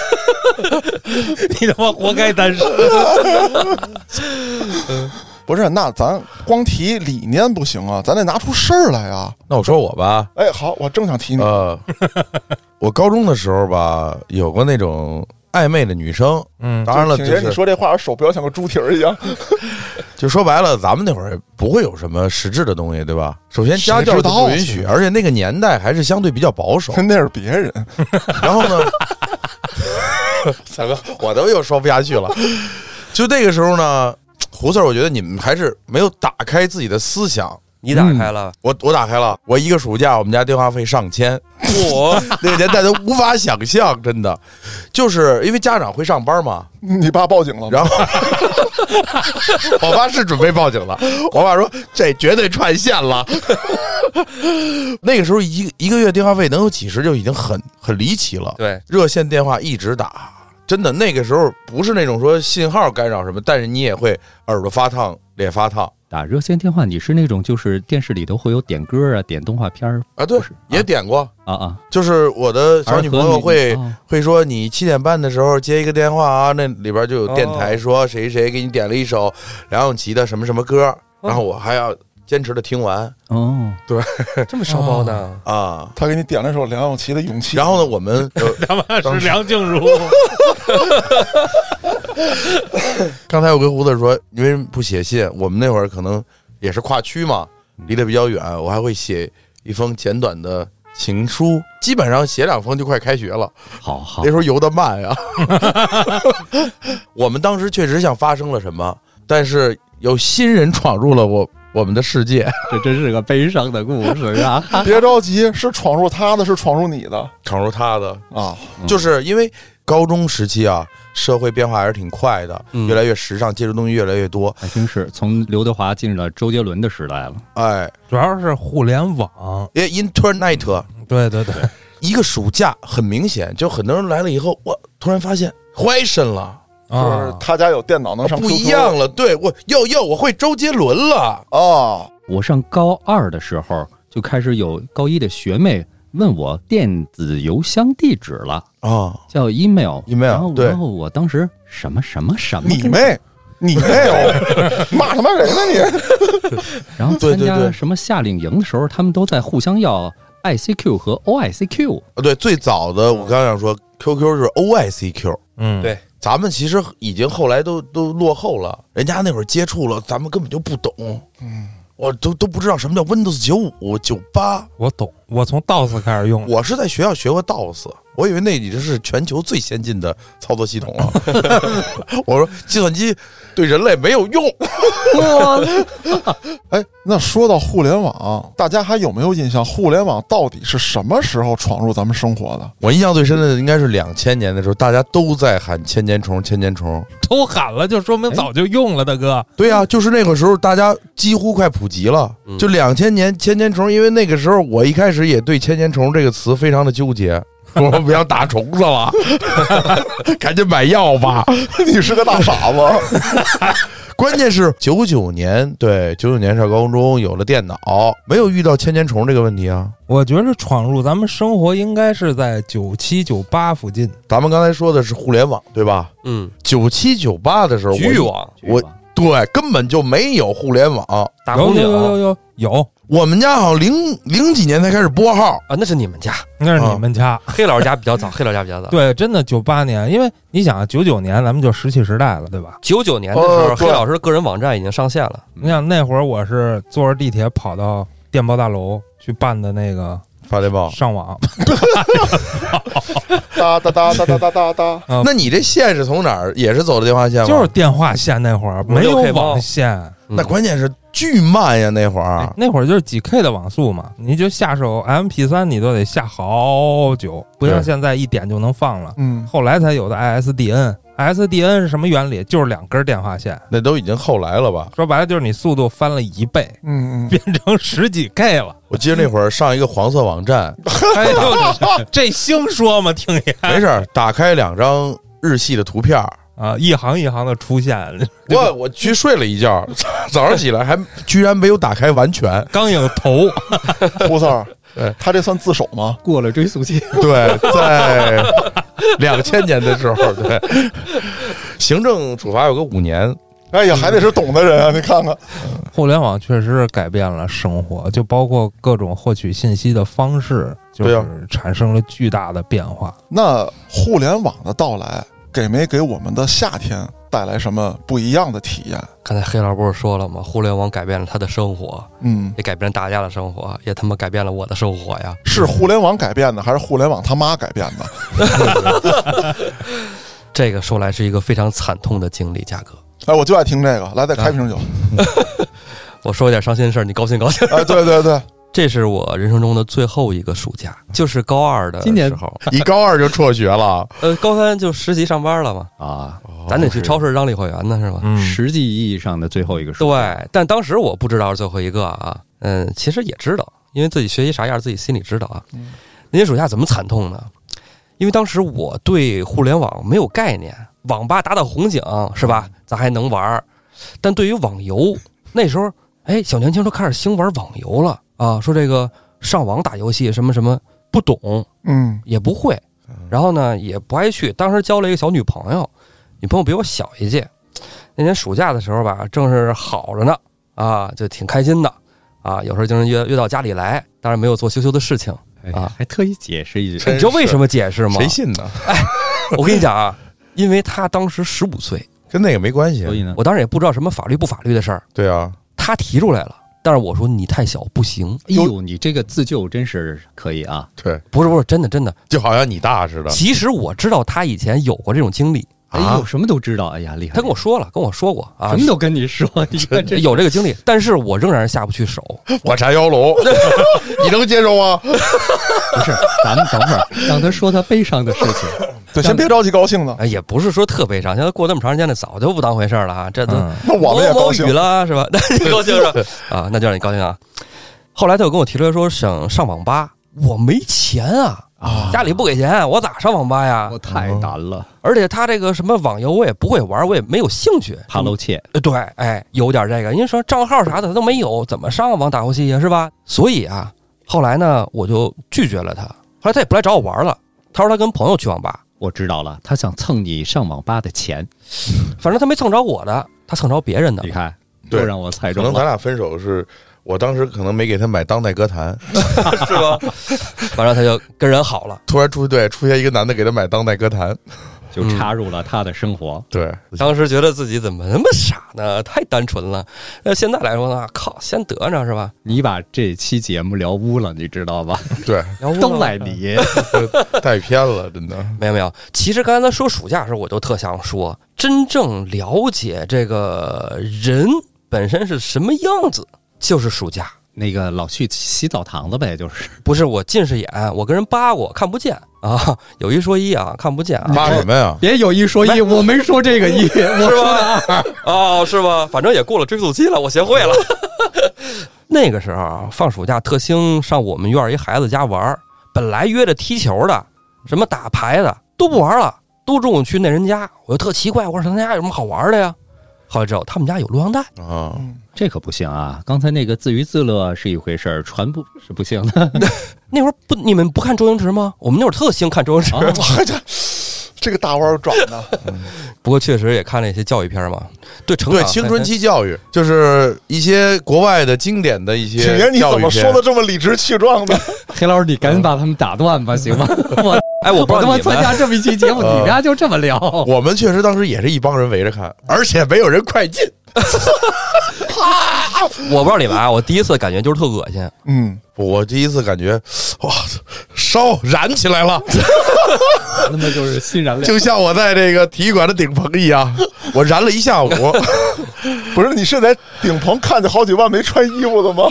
你他妈活该单身。不是，那咱光提理念不行啊，咱得拿出事儿来啊。那我说我吧，哎，好，我正想提你， 呃，我高中的时候吧，有过那种暧昧的女生，嗯当然了，挺就爷，你是说这话，我手不要像个猪蹄儿一样。就说白了，咱们那会儿不会有什么实质的东西，对吧？首先家谁教就知道啊不允许，而且那个年代还是相对比较保 守。 那是别人，然后呢，大哥，我都又说不下去了。就那个时候呢，胡四儿，我觉得你们还是没有打开自己的思想。你打开了，我我打开了，我一个暑假，我们家电话费上千，我那个年代都无法想象，真的，就是因为家长会上班嘛，你爸报警了吗？ 然后我爸是准备报警了，我爸说这绝对串线了。那个时候一一个月电话费能有几十就已经很很离奇了。对，热线电话一直打，真的那个时候不是那种说信号干扰什么，但是你也会耳朵发烫、脸发烫打热线电话，你是那种就是电视里头会有点歌啊、点动画片儿啊。对不是，也点过，啊啊。就是我的小女朋友会儿和女哦会说你七点半的时候接一个电话啊，那里边就有电台说谁谁给你点了一首梁咏琪的什么什么歌，然后我还要坚持的听完哦，这么烧包呢？啊。他给你点了首梁咏琪的《勇气》，然后呢，我们呃他妈当是时梁静茹，刚才我跟胡子说，你为什么不写信？我们那会儿可能也是跨区嘛，离得比较远，我还会写一封简短的情书，基本上写两封就快开学了。哦好好那时候游得慢呀。我们当时确实像发生了什么，但是有新人闯入了我我们的世界，这真是个悲伤的故事啊！别着急，是闯入他的，是闯入你的闯入他的，啊！就是因为高中时期啊，社会变化还是挺快的，嗯越来越时尚，接触东西越来越多。 还真是从刘德华进入了周杰伦的时代了。哎，主要是互联网。也 internet 对对对，一个暑假很明显，就很多人来了以后，我突然发现怀身了，就是啊，他家有电脑能上 QQ，不一样了。对我，哟哟，我会周杰伦了。啊！我上高二的时候就开始有高一的学妹问我电子邮箱地址了，啊，叫 email。 email，然后对然后我当时什么什么什么，你妹，你妹 哦，骂他妈谁呢你？然后对参对对加什么夏令营的时候，他们都在互相要 ICQ 和 OICQ。对，最早的我刚想说，QQ 是 OICQ，嗯，对咱们其实已经后来都都落后了，人家那会儿接触了，咱们根本就不懂，嗯，我都都不知道什么叫 Windows 九五、九八，我懂，我从 DOS 开始用，我是在学校学过 DOS，我以为那已经是全球最先进的操作系统了。我说计算机对人类没有用，哎，那说到互联网，大家还有没有印象？互联网到底是什么时候闯入咱们生活的？我印象最深的应该是两千年的时候，大家都在喊“千年虫”，“千年虫都喊了，就说明早就用了，大哥”。。对呀、就是那个时候，大家几乎快普及了。嗯就两千年“千年虫”，因为那个时候我一开始也对“千年虫”这个词非常的纠结， 我说不要打虫子了， 赶紧买药吧。 你是个大傻子， 关键是九九年，对，九九年上高中有了电脑，没有遇到千年虫这个问题啊。我觉得闯入咱们生活应该是在九七九八附近，咱们刚才说的是互联网，对吧？嗯，九七九八的时候，局域网、我对根本就没有互联网。大有红有警有啊，有有有，我们家好像零零几年才开始拨号，啊那是你们家，那是你们家。黑老师家比 较早，黑老师家比较早。对，真的九八年，因为你想九九年咱们就石器时代了，对吧？九九年的时候，哦黑对老师的个人网站已经上线了。你想那会儿我是坐着地铁跑到电报大楼去办的那个发电报。上网，哒哒哒哒哒哒哒哒。那你这线是从哪儿？也是走的电话线吗？就是电话线那会儿五没有六 K 包网线，嗯那关键是巨慢呀，那会哎儿。啊那会儿就是几 K 的网速嘛，你就下手 MP 三你都得下好久，不像对现在一点就能放了。嗯，后来才有的 ISDN。ISDN 是什么原理？就是两根电话线，那都已经后来了吧？说白了就是你速度翻了一 倍，嗯嗯，变成十几 K 了。我记得那会儿上一个黄色网站，哎呦，这兴说嘛，听也没事儿，打开两张日系的图片儿，啊，一行一行的出现，我我去睡了一觉， 早上起来还居然没有打开完全， 刚有头， 胡四儿对，他这算自首吗？过了追溯期，对，在两千年的时候，对，行政处罚有个五年，哎呀，还得是懂的 人啊！你看看，互联网确实是改变了生活，就包括各种获取信息的方式，就对啊是产生了巨大的变化。那互联网的到来，给没给我们的夏天带来什么不一样的体验？刚才黑老师不是说了吗？互联网改变了他的生活，嗯，也改变了大家的生活，也他妈改变了我的生活呀！是互联网改变的，还是互联网他妈改变 的？这个说来是一个非常惨痛的经历，嘉哥。哎，我就爱听这个，来，再开瓶酒。我说点伤心事儿，你高兴高兴。 哎，对对对，这是我人生中的最后一个暑假，就是高二的今年时候，一高二就辍学了，呃，高三就实习上班了嘛，啊，咱得去超市让立货员呢，是吧？嗯实际意义上的最后一个数。对，但当时我不知道是最后一个啊，嗯，其实也知道，因为自己学习啥样，自己心里知道啊。那些暑假怎么惨痛呢？因为当时我对互联网没有概念，网吧打打红警是吧？咱还能玩儿，但对于网游，那时候哎，小年轻都开始兴玩网游了啊，说这个上网打游戏什么什么不懂嗯，也不会，然后呢也不爱去。当时交了一个小女朋友，女朋友比我小一届。那年暑假的时候吧，正是好着呢，啊，就挺开心的。啊，有时候经常约约到家里来，当然没有做羞羞的事情。哎啊还特意解释一句，真你知道为是什么解释吗？谁信呢？我跟你讲啊，因为他当时十五岁，跟那个没关系所。以呢，我当然也不知道什么法律不法律的事儿，对啊，他提出来了，但是我说你太小不行，哎呦，你这个自救真是可以啊！对，不是不是真的真的。就好像你大似的其实我知道他以前有过这种经历，哎啊呦，。什么都知道，哎呀，厉害！他跟我说了，跟我说过啊什，么都跟你说，你看这有这个经历，但是我仍然下不去手。我炸腰龙， 你能接受吗？ 不是，咱们等会儿让他说他悲伤的事情。对，先别着急高 兴呢，哎，也不是说特悲伤，现在过那么长时间了，早就不当回事儿了啊，这都嗯那我某们也高某兴雨。了是吧？ 那就 高兴是吧？啊，那就让你高兴啊。后来他又跟我提出来说想上网吧，我没钱啊，家里不给钱，我咋上网吧呀 我？太难了，而且他这个什么网游我也不会玩，我也没有兴趣。怕露怯。呃，对，哎，有点这个，因为说账号啥的他都没有，怎么上网打游戏呀，是吧？所以啊，后来呢，我就拒绝了他。后来他也不来找我玩了，他说他跟朋友去网吧，我知道了，他想蹭你上网吧的钱。反正他没蹭着我的，他蹭着别人的你。看，对又让我猜可中能咱了。俩分手是我当时可能没给他买当代歌坛， 是吧？完了，他就跟人好了。突然出对出现一个男的给他买当代歌坛，就插入了他的生活。对，当时觉得自己怎么那么傻呢？太单纯了。那现在来说呢，靠，先得着是吧？你把这期节目聊污了，你知 道吧？对，要不都赖 你。带偏了，真的。没有没有，其实刚才他说暑假的时候，我就特想说，真正了解这个人本身是什么样子，就是暑假。那个老去洗澡堂子呗，就是不是我近视眼，我跟人扒过，看不见啊。有一说一啊，看不见啊。 骂什么呀？别有一说一，我没说这个一，我是吧？哦，是吧？反正也过了追溯期了，我学会了。 那个时候啊，放暑假特兴上我们院儿一孩子家玩儿，本来约着踢球的，什么打牌的都不玩了，都中午去那人家。我就特奇怪，我说他家有什么好玩的呀？后来知道他们家有录像带，啊， 嗯这可不行啊！刚才那个自娱自乐是一回事儿，传不是不行的。那会儿不你们不看周星驰吗？我们那会儿特兴看周星啊驰， 这个大弯转的，不过确实也看了一些教育片儿嘛，对成长对青春期教育，就是一些国外的经典的一些铁爷你教怎育么片说的这么理直气壮的？ 黑老师，你赶紧把他们打断吧，行吗？我 哎，我不嗯 我他知道妈你参们。加这么一期节 目，你呃们俩就这么聊？我们确实当时也是一帮人围着看，而且没有人快进。我不知道你们啊，我第一次感觉就是特恶心，嗯，我第一次感觉，哇，烧燃起 来了，他妈就是欣然亮。就像我在这个体育馆的顶棚一样，我燃了一下午。不是，你是在顶棚看见好几万没穿衣服的吗？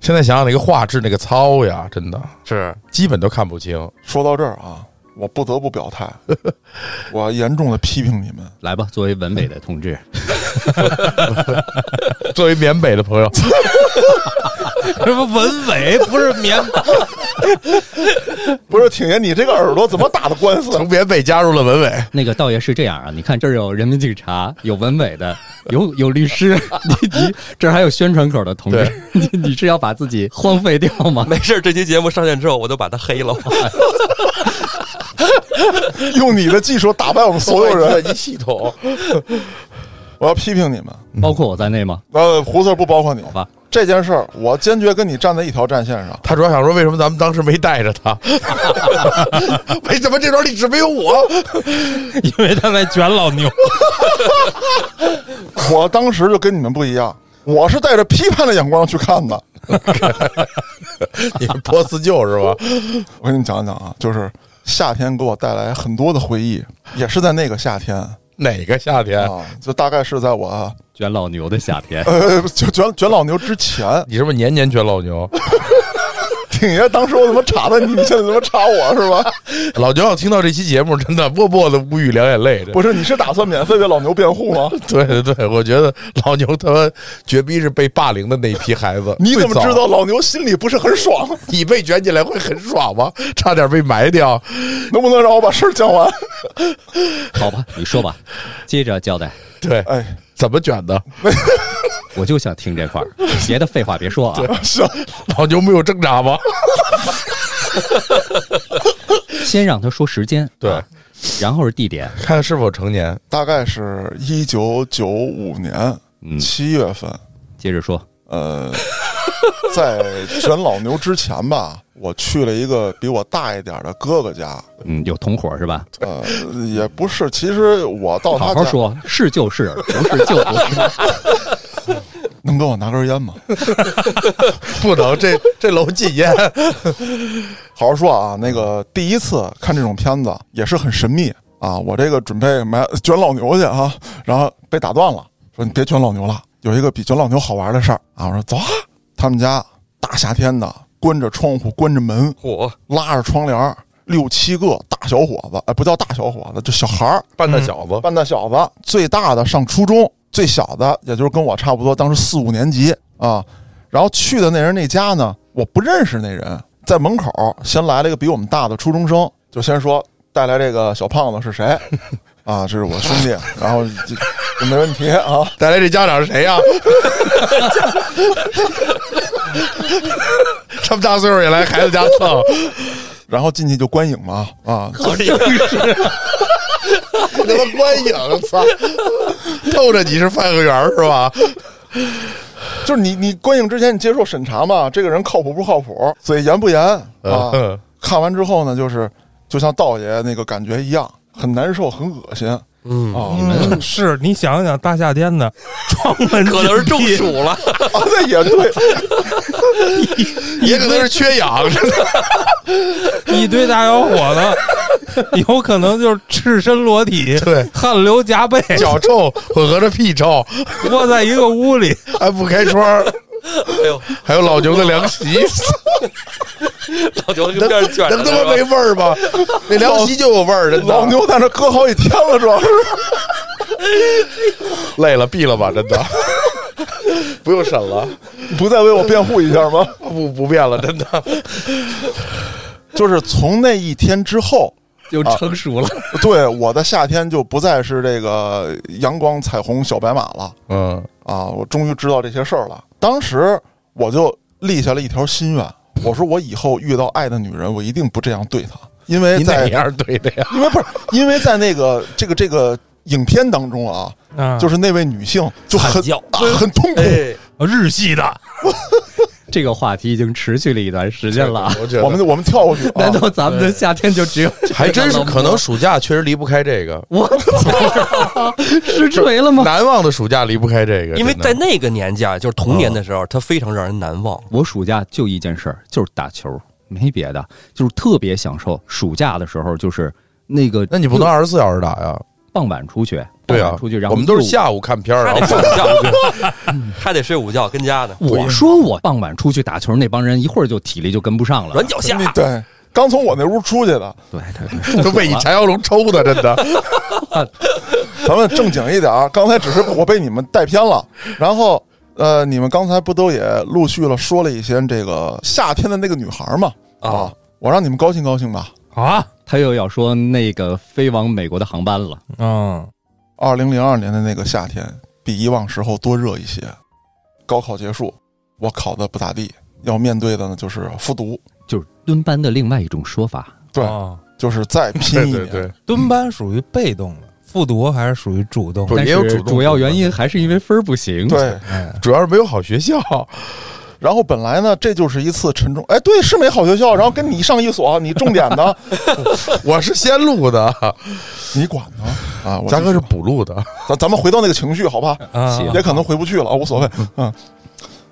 现在想想那个画质，那个糙呀，真的是基本都看不清。 说到这儿啊，我不得不表态，我严重的批评你们，来吧，作为文美的同 志，作为缅北的朋 友，什么文伟不是棉不是挺爷，你这个耳朵怎么打的官司？从缅北加入了文委， 那个道爷是这样啊，你看这儿有人民警察，有文委 的，有有律 师，你你这儿还有宣传口的同志，你 你是要把自己荒废掉吗？没事儿，这期节目上线之后，我就把他 黑了。 用你的技术打败我们所有人，一系统。我要批评你们。包括我在内吗？呃，胡四儿不包括你好吧？这件事儿，我坚决跟你站在一条战线上。他主要想说，为什么咱们当时没带着他？ 为什么这段历史没有我？因为他在卷老牛，我当时就跟你们不一样，我是带着批判的眼光去看的。 你们波四舅是吧？ 我跟你讲讲啊，就是夏天给我带来很多的回忆，也是在那个夏天啊，哪个夏天？就大概是在我 卷老牛的夏天，呃就卷卷老牛之前。你是不是年年卷老牛？ 挺爷，当时我怎么查的你？你现在怎么查我是 吧？老牛要听到这期节目，真的默默的无语两眼泪。不是，你是打算免费为老牛辩护吗？对对对，我觉得老牛他妈绝逼是被霸凌的那一批孩 子。你怎么最早啊知道老牛心里不是很爽？你被卷起来会很爽吗？差点被埋掉。能不能让我把事儿讲完？好 吧，你说吧，接着交代，对，哎，怎么卷的？我就想听这块 儿，别的废话别说啊。行，老牛没有挣扎吗？先让他说时间，对啊然后是地点， 看是否成年。大概是一九九五年嗯，七月份，接着说，呃，在选老牛之前吧，我去了一个比我大一点的哥哥家，嗯，有同伙是吧？呃，也不是，其实我哦到他好家，好说，是就是，不是就 不啊是。能给我拿根烟吗？不能，这这楼禁烟。好好说啊，那个第一次看这种片子也是很神秘啊。我这个准备买卷老牛去啊，然后被打断了，说你别卷老牛了，有一个比卷老牛好玩的事儿啊。我说走啊，他们家大夏天的，关着窗户，关着门，嚯，拉着窗帘儿，六七个大小伙子，哎，不叫大小伙子，就小孩儿，半大小子，半大小子，最大的上初中，最小的也就是跟我差不多，当时四五年级啊。然后去的那人那家呢，我不认识那人，在门口先来了一个比我们大的初中生，就先说带来这个小胖子是谁啊？这是我兄弟，然后就就没问题啊。带来这家长是谁呀、这么大岁数也来孩子家蹭，然后进去就观影嘛啊， 他妈观影，操！透着你是饭盒员是吧？就是你你观影之前你接受审查嘛，这个人靠谱不靠谱，嘴严不严啊？嗯看完之后呢，就是就像道爷那个感觉一样，很难受，很恶心啊。嗯， 嗯，是你想想，大夏天的，窗门可能是中紧闭暑了，啊，那也对，也可能是缺氧，真的一堆大小伙子，有可能就是赤身裸体，对汗流浃背，脚臭混合着屁臭， 窝在一个屋里，还不开窗，哎呦，还有老牛的凉席，老牛就边卷着能呢他妈没是吧味儿吗？那凉席就有味儿，真的。老牛在那搁好几天了，主要是。累了，毙了吧，真的。不用审了，不再为我辩护一下吗？啊不不变了，真的。就是从那一天之后，就成熟了，对我的夏天就不再是这个阳光、彩虹、小白马了嗯，啊！我终于知道这些事儿了。当时我就立下了一条心愿，我说我以后遇到爱的女人，我一定不这样对她，因为你哪在样对的呀？因为不是因为在那个这个这个影片当中啊，啊，就是那位女性就很惨叫啊很痛苦。哎，日系的，这个话题已经持续了一段时间了啊。我觉我们得就我们跳过 去、啊， 难道咱们的夏天就只有哦 还真是，可能暑假确实离不开这个，我操， 实锤了吗？难忘的暑假离不开这个，因为在真的那个年假，就是童年的时候，它非常让人难 忘。我暑假就一件事儿，就是打球，没别的，就是特别享受暑假的时候，就是那个那你不能二十四小时打呀？傍晚出去，对傍啊晚，出去，然后我们都是又下午看片儿，他然得后睡午觉，他得睡午觉，跟家呢，我说我傍晚出去打球，那帮人一会儿就体力就跟不上了。软脚虾，对，刚从我那屋出去的，对对对， 都被你柴小龙抽的，真的。咱们正经一点儿， 刚才只是我被你们带偏了。然后，呃，你们刚才不都也陆续了说了一些这个夏天的那个女孩儿嘛？啊我让你们高兴高兴吧。好啊，他又要说那个飞往美国的航班 了。嗯，二零零二年的那个夏天，比以往时候多热一些。高考结束，我考的不咋地，要面对的呢就是复读，就是蹲班的另外一种说法，对，哦就是再拼对一年。对对，蹲班属于被动的，复读还是属于主动不的？但也有是主动主要原因还是因为分儿不行。对哎，主要是没有好学校， 然后本来呢，这就是一次沉重，哎，对，是没好学校，然后跟你上一所，你重点的，我是先录的， 你管呢？啊，我嘉就哥是补录的，咱咱们回到那个情绪，好吧？啊行也可能回不去了，无所谓。嗯，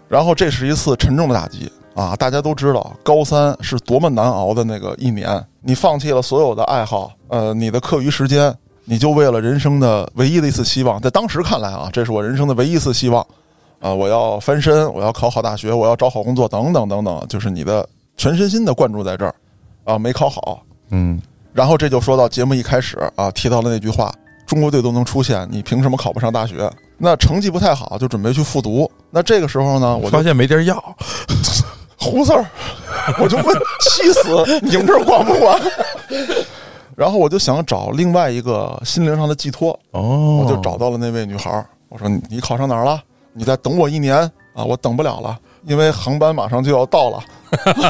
然后这是一次沉重的打击啊！大家都知道，高三是多么难熬的那个一年，你放弃了所有的爱好，呃，你的课余时间，你就为了人生的唯一的一次希望，在当时看来啊，这是我人生的唯一一次希望啊！我要翻身，我要考好大学，我要找好工作，等等等等，就是你的全身心的灌注在这儿啊，没考好，嗯，然后这就说到节目一开始啊，提到了那句话：中国队都能出现，你凭什么考不上大学？那成绩不太好，就准备去复读。那这个时候呢，我嗯发就现没地儿要，胡四儿， 我就问，气死你们这儿管不管？ 然后我就想找另外一个心灵上的寄托，哦我就找到了那位女孩儿。我说你你考上哪儿了？你再等我一年啊，我等不了了，因为航班马上就要到了。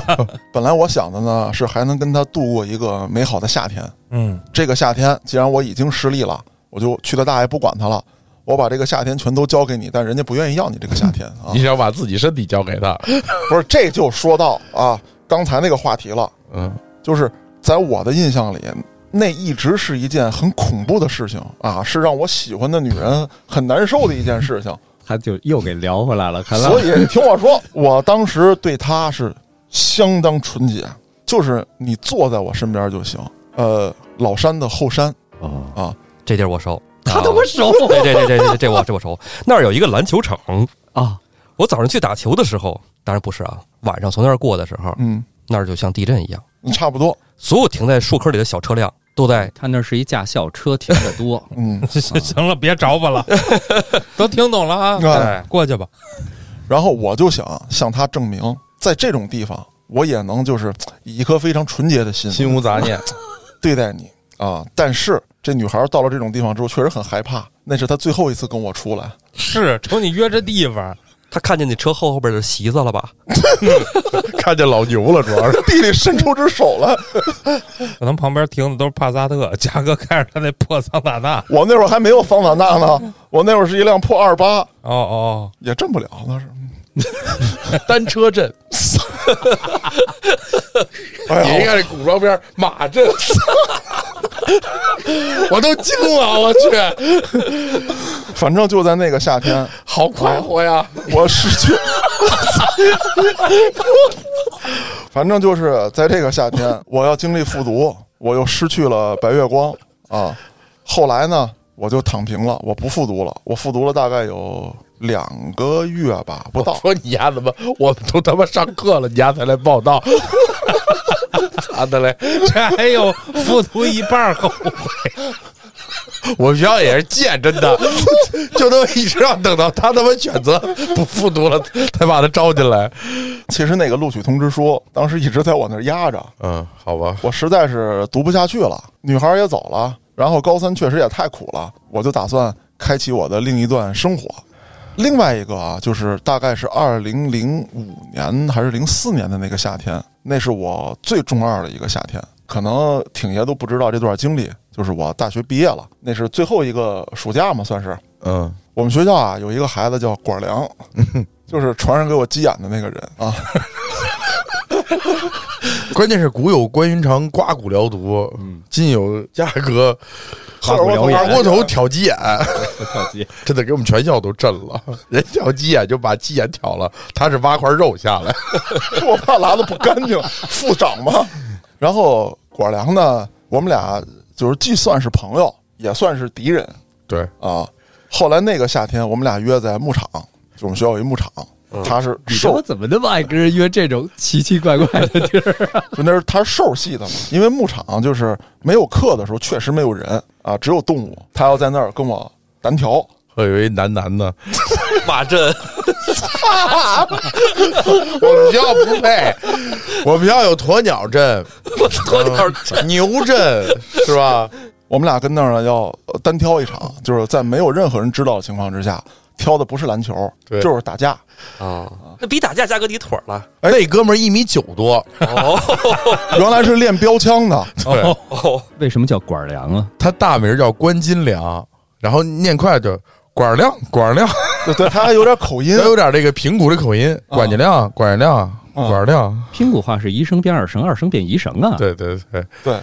本来我想的呢是还能跟她度过一个美好的夏天，嗯这个夏天，既然我已经失利了，我就去他大爷不管他了，我把这个夏天全都交给你，但人家不愿意要你这个夏天啊你。想把自己身体交给他，不是，这就说到啊刚才那个话题了，嗯，就是在我的印象里，那一直是一件很恐怖的事情啊，是让我喜欢的女人很难受的一件事情。他就又给聊回来了，看来所以听我说，我当时对她是相当纯洁，就是你坐在我身边就行。呃，老山的后山，哦，这地儿我熟，他他妈熟啊对对对对对，这我这我熟。那儿有一个篮球场，啊！我早上去打球的时候，当然不是啊，晚上从那儿过的时候，嗯，那儿就像地震一样，差不多，所有停在树坑里的小车辆都在他那是一驾校，车停的 多，嗯。行了，别找我了，都听懂了啊，哎过去吧。然后我就想向他证明，在这种地方，我也能就是以一颗非常纯洁的心心无杂念，对待你啊。但是这女孩到了这种地方之后，确实很害怕。那是她最后一次跟我出来，是，瞅你约这地方，他看见你车后后边的席子了吧？看见老牛了，主要是地里伸出只手来。可能旁边停的都是帕萨特，嘉哥开着他那破桑塔纳。我那会儿还没有桑塔纳呢，我那会儿是一辆破二八，哦哦，也震不了那是。单车阵，哎你一呀，看这古装片马阵，我都惊了，我去，反正就在那个夏天，好快活呀！ 我失去。反正就是在这个夏天，我要经历复读，我又失去了白月光啊。后来呢，我就躺平了，我不复读了。我复读了大概有两个月吧，不到。 说你丫怎么，我们都他妈上课了，你丫才来报道， 咋的嘞？这还有复读一半后悔，我们学校也是贱，真的， 就他妈一直要等到他他妈选择不复读了，才把他招进来。其实那个录取通知书当时一直在我那儿压着，嗯，好吧，我实在是读不下去了，女孩也走了，然后高三确实也太苦了，我就打算开启我的另一段生活。另外一个啊，就是大概是二零零五年还是零四年的那个夏天，那是我最中二的一个夏天。可能挺爷都不知道这段经历，就是我大学毕业了，那是最后一个暑假嘛，算是。嗯，我们学校啊有一个孩子叫管良， 就是传染给我急眼的那个人啊。关键是古有关云长刮骨疗毒，今有价格二锅头二锅头挑鸡眼，跳级 真的给我们全校都震了。人挑鸡眼就把鸡眼挑了，他是挖块肉下来。我怕拉的不干净，副长嘛。然后果良呢，我们俩就是既算是朋友，也算是敌人对，啊。后来那个夏天，我们俩约在牧场，就我们学校有一牧场，嗯他是你他妈兽，怎么那么爱跟人约这种奇奇怪怪的 地儿？就那是他是兽系的嘛。因为牧场就是没有课的时候，确实没有人啊，只有动物。他要在那儿跟我单挑，我以为男男呢，马阵， 我们学校不配，我们学校有鸵鸟阵、我鸵鸟 阵，牛阵，是吧？ 我们俩跟那儿呢要呃单挑一场，就是在没有任何人知道的情况之下，挑的不是篮球，对就是打架。啊，那比打架加哥你腿儿了。哎那哥们儿一米九多，哦原来是练标枪的，对，哦，为什么叫管儿粮啊？他大名叫关金良，然后念快就管亮管亮， 对对，他还有点口音他。有点这个平谷的口音，管金亮管亮管亮，拼骨话是一声变二声，二声变一声啊！，对对对，对，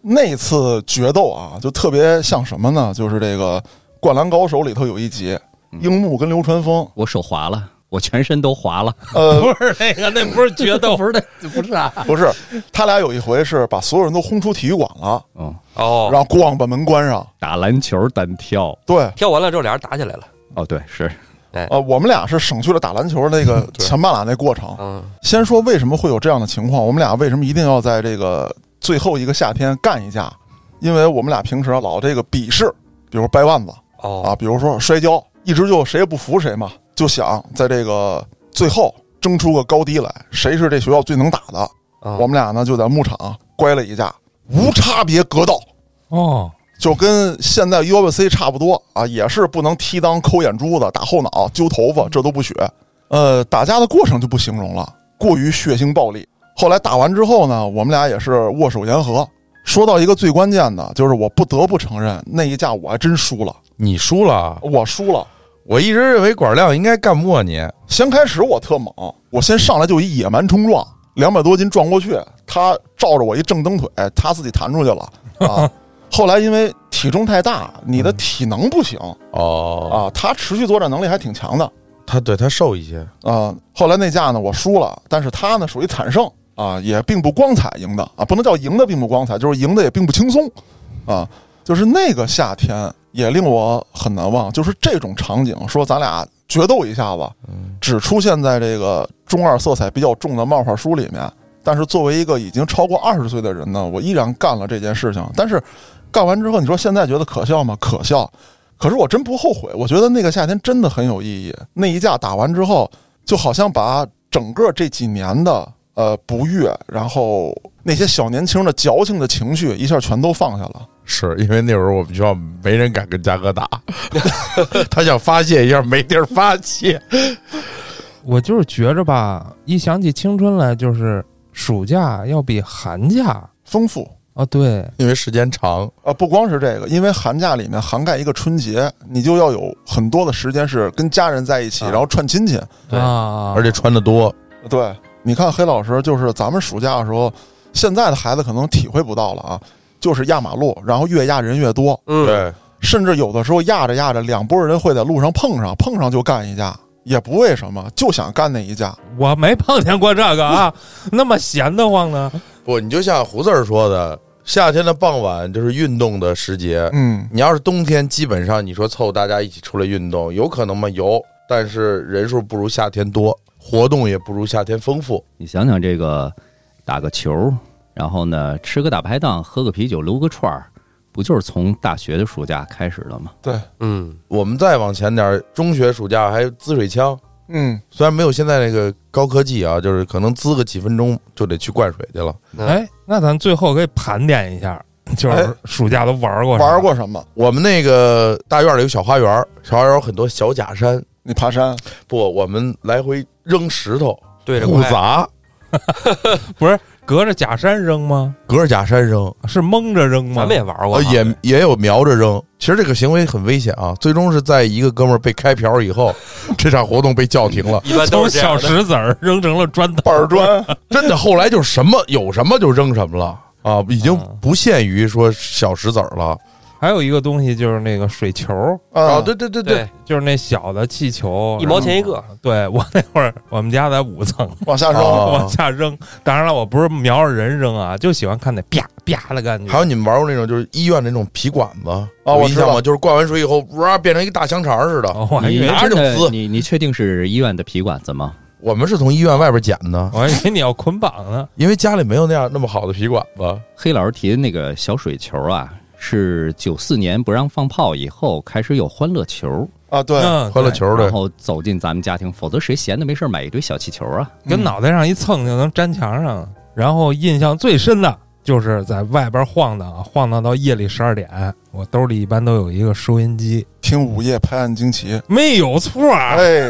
那次决斗啊，就特别像什么呢？就是这个《灌篮高手》里头有一集，樱木跟流川枫，我手滑了，我全身都滑了， 呃，不是 那个，那不是决斗，不是那不是啊！不是，他俩有一回是把所有人都轰出体育馆了，嗯，然后哦，咣把门关上。打篮球单挑，对，挑完了之后俩人打起来了。哦对，是呃，我们俩是省去了打篮球那 个前半拉那过程。嗯，先说为什么会有这样的情况，我们俩为什么一定要在这个最后一个夏天干一架？因为我们俩平时啊老这个鄙视，比如掰腕子，哦，啊，比如说摔跤，一直就谁也不服谁嘛，就想在这个最后争出个高低来，谁是这学校最能打的。啊我们俩呢就在牧场乖了一架，无差别格斗，哦，就跟现在 UFC 差不多啊，也是不能踢裆、抠眼珠子、打后脑、揪头发，这都不许。呃，打架的过程就不形容了，过于血腥暴力。后来打完之后呢，我们俩也是握手言和。说到一个最关键的，就是我不得不承认那一架我还真输了。你输了，我输了。我一直认为管亮应该干过你，先开始我特猛，我先上来就一野蛮冲撞，两百多斤撞过去，他照着我一正蹬腿，他自己弹出去了啊。后来因为体重太大，你的体能不行啊，哦，他持续作战能力还挺强的他对他瘦一些，啊。后来那架呢，我输了，但是他呢属于惨胜啊，也并不光彩赢的啊，不能叫赢的并不光彩，就是赢的也并不轻松啊。就是那个夏天也令我很难忘，就是这种场景，说咱俩决斗一下子，只出现在这个中二色彩比较重的漫画书里面。但是作为一个已经超过二十岁的人呢，我依然干了这件事情。但是干完之后，你说现在觉得可笑吗？可笑。可是我真不后悔，我觉得那个夏天真的很有意义。那一架打完之后，就好像把整个这几年的呃不悦，然后那些小年轻的矫情的情绪，一下全都放下了。是因为那会儿我们学校没人敢跟嘉哥 打，他想发泄一下没地儿发泄，我就是觉着吧，一想起青春来，就是暑假要比寒假丰富啊，对，因为时间长，啊、呃不光是这个，因为寒假里面涵盖一个春节，你就要有很多的时间是跟家人在一起，啊然后串亲戚。对啊，而且穿的多，对，你看黑老师，就是咱们暑假的时候，现在的孩子可能体会不到了啊，就是压马路，然后越压人越多，嗯，甚至有的时候压着压着，两拨人会在路上碰上，碰上就干一架，也不为什么，就想干那一架。我没碰见过这个啊，那么闲得慌呢，不，你就像胡子儿说的，夏天的傍晚就是运动的时节。嗯，你要是冬天，基本上你说凑大家一起出来运动，有可能吗？有，但是人数不如夏天多，活动也不如夏天丰富。你想想这个，打个球，然后呢吃个大排档，喝个啤酒，撸个串儿，不就是从大学的暑假开始的吗？对，嗯，我们再往前点儿，中学暑假还有滋水枪，嗯，虽然没有现在那个高科技啊，就是可能滋个几分钟就得去灌水去了。哎，那咱最后可以盘点一下，就哎是暑假都玩过什么玩过什么？我们那个大院里有小花园，小花园有很多小假山，你爬山？不，我们来回扔石头对着互快砸，隔着假山扔吗？隔着假山扔。是蒙着扔吗？咱们也玩过呃，啊，也也有瞄着扔。其实这个行为很危险啊，最终是在一个哥们儿被开瓢 以后，这场活动被叫停了。一 般都从是这小样的。石子儿扔成了砖头，板砖？真的，后来就什么有什么就扔什么了啊，已经不限于说小石子儿了还有一个东西就是那个水球，啊。哦啊，对对对对，对，就是那小的气球，一毛钱一哦个，然后。对我那会儿，我们家在五层，往下扔。啊往下扔。当然了，我不是瞄着人扔啊，就喜欢看那啪啪的感觉。还有你们玩过那种就是医院那种皮管子啊有我印知象道吗？就是灌完水以后，哇，变成一个大香肠似的。哦，我还以你为拿真着的撕你你确定是医院的皮管子吗？我们是从医院外边捡的，我还以为你要捆绑呢。因为家里没有那样那么好的皮管子。黑老师提的那个小水球啊，是九四年不让放炮以后开始有欢乐球，啊，对，嗯，欢乐对球然的， 后走进咱们家庭，否则谁闲的没事儿买一堆小气球啊？嗯跟脑袋上一蹭就能粘墙上。然后印象最深的就是在外边晃荡啊，晃荡到夜里十二点，我兜里一般都有一个收音机，听午夜拍案惊奇，没有错啊。哎，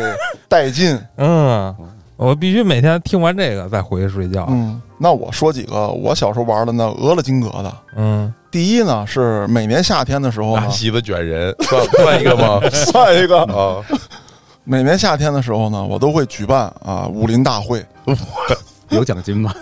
带劲。嗯，我必须每天听完这个再回去睡觉。嗯，那我说几个我小时候玩的那俄勒金格的。嗯，第一呢是每年夏天的时候拿呢，席子卷人，算算一个吗？算啊一个。啊， 每年夏天的时候呢，我都会举办啊武林大会。有奖金吗？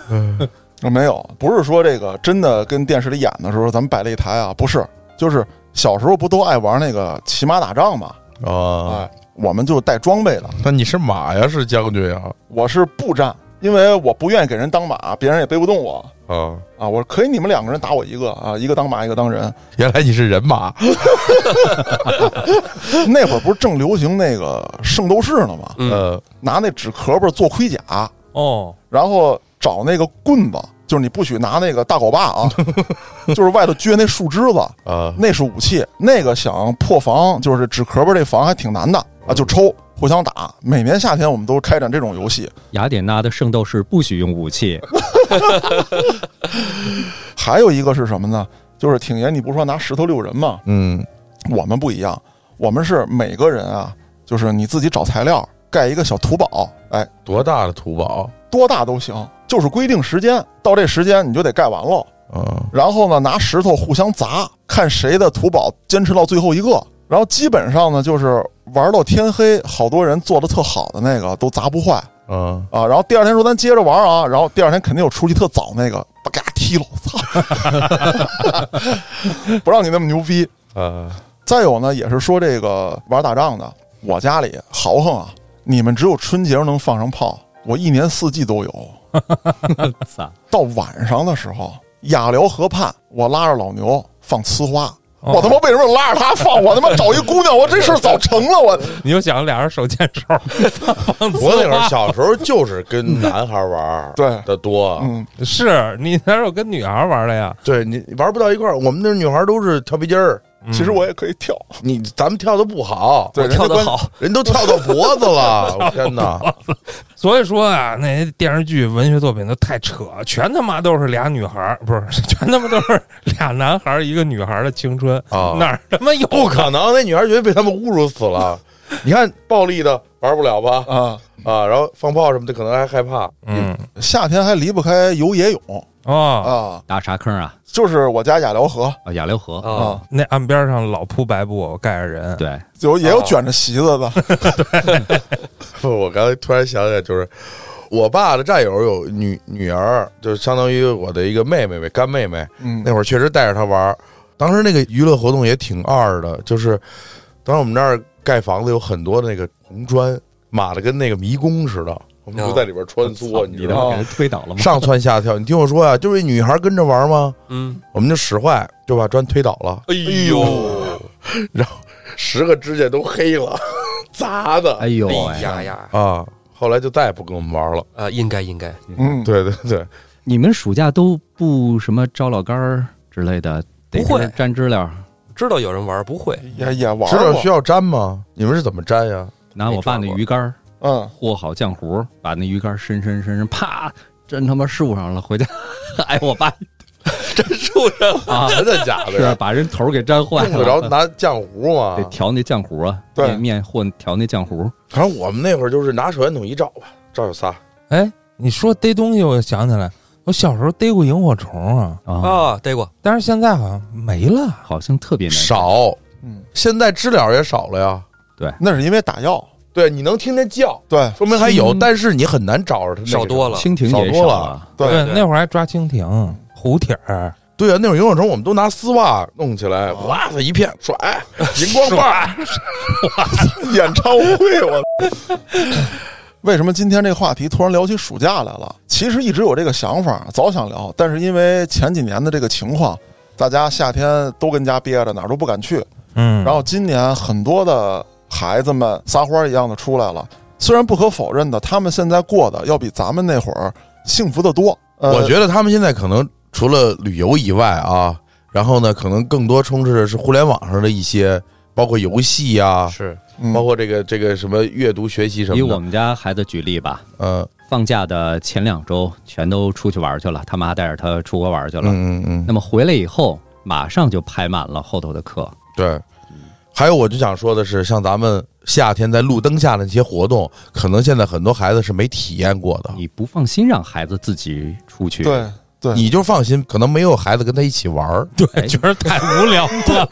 没有，不是说这个真的跟电视里演的时候咱们摆擂台啊，不是，就是小时候不都爱玩那个骑马打仗嘛？啊，哎，我们就带装备的。那你是马呀，是将军啊呀？我是步战，因为我不愿意给人当马，别人也背不动我啊，啊。我说可以，你们两个人打我一个啊，一个当马，一个当人。 原来你是人马，那会儿不是正流行那个圣斗士呢吗？嗯，呃，拿那纸壳儿做盔甲，哦，然后找那个棍子，就是你不许拿那个大镐把啊，就是外头撅那树枝子，啊，那是武器。那个想破防，就是纸壳儿这防还挺难的啊，就抽互相打。每年夏天我们都开展这种游戏。雅典娜的圣斗士不许用武器，还有一个是什么呢？就是挺爷，你不是说拿石头溜人吗？嗯，我们不一样，我们是每个人啊，就是你自己找材料，盖一个小土堡，哎，多大的土堡多大都行，就是规定时间，到这时间你就得盖完喽。啊？然后呢，拿石头互相砸，看谁的土堡坚持到最后一个。然后基本上呢，就是玩到天黑，好多人做的特好的那个都砸不坏嗯，啊。然后第二天说咱接着玩啊，然后第二天肯定有出去特早那个，把嘎踢了，我操， 不让你那么牛逼。呃，再有呢，也是说这个玩打仗的，我家里豪横啊，你们只有春节能放上炮，我一年四季都有。操，到晚上的时候，雅辽河畔，我拉着老牛放呲花。哦我他妈为什么拉着他放？我他妈找一姑娘，我这事儿早成了。我你就想俩人手牵手，我那会儿小时候就是跟男孩玩儿对的多，嗯，是你哪有跟女孩玩的呀？对你玩不到一块儿。我们那女孩都是跳皮筋儿，其实我也可以跳。你咱们跳的不 好，对人家跳得关好，人都跳到脖子 了，我天哪！所以说啊，那些电视剧、文学作品都太扯，全他妈都是俩女孩儿，不是， 全他妈都是俩男孩儿一个女孩儿的青春，啊哪儿他妈有不可能，那女孩绝对被他们侮辱死了。你看暴力的玩不了吧？啊，啊，然后放炮什么的可能还害怕。嗯夏天还离不开游野泳哦，啊，大沙坑啊，就是我家雅辽河啊，雅辽河，啊啊，，那岸边上老铺白布，盖着人，对，有也有卷着席子的不， 我刚才突然想起来，就是我爸的战友有女女儿，就相当于我的一个妹妹呗，干妹妹。嗯那会儿确实带着她玩儿，当时那个娱乐活动也挺二的，就是当时我们那儿盖房子有很多那个红砖，码的跟那个迷宫似的，我哦们就在里边穿梭，你你知他道吗？妈给人推倒了吗？哦上蹿下跳，你听我说呀、啊就是一女孩跟着玩吗？嗯，我们就使坏，就把砖推倒了，哎呦，然后十个指甲都黑了， 砸的。哎呦喂，哎呀呀，啊！后来就再也不跟我们玩了。呃，应该应该，嗯，对对对，你们暑假都不什么招老杆儿之类的，得不会是沾知了。知道有人玩不会，也也玩知道啊需过，要粘吗？你们是怎么粘呀？拿我爸那没抓过鱼竿儿嗯，和好浆糊，把那鱼竿伸伸伸伸，啪，真他妈树上了！回家， 哎，我爸真树上啊， 真的假的是呀？把人头儿给粘坏用得着啊了，拿浆糊吗得？调那浆糊啊，对面面和调那浆糊，反正我们那会儿就是拿手电筒一照吧，照有仨。哎，你说逮东西，我就想起来，我小时候逮过萤火虫啊，啊，啊，逮过，但是现在好像没了。好像特别难受。少，嗯，现在知了也少了呀。那是因为打药，对，你能听见叫，对，说明还有，嗯但是你很难找着它。少多。了，蜻蜓也少多少了，对对那会儿还抓蜻蜓、蝴蝶儿，对啊，那会儿萤火虫我们都拿丝袜弄起来，哇塞一片甩， 荧光棒， 演唱会，我。为什么今天这个话题突然聊起暑假来了？其实一直有这个想法，早想聊，但是因为前几年的这个情况，大家夏天都跟家憋着，哪儿都不敢去。嗯，然后今年很多的孩子们撒欢儿一样的出来了，虽然不可否认的，他们现在过得要比咱们那会儿幸福的多。呃、我觉得他们现在可能除了旅游以外啊，然后呢，可能更多充斥的是互联网上的一些，包括游戏呀、是嗯包括这个这个什么阅读学习什以么我的。们家孩子举例吧，嗯放假的前两周全都出去玩儿去了，他妈带着他出国玩儿去了。嗯嗯嗯，那么回来以后，马上就排满了后头的课。对。还有，我就想说的是，像咱们夏天在路灯下的那些活动，可能现在很多孩子是没体验过的。你不放心让孩子自己出去，对对，你就放心，可能没有孩子跟他一起玩儿。对， 觉得太无聊了，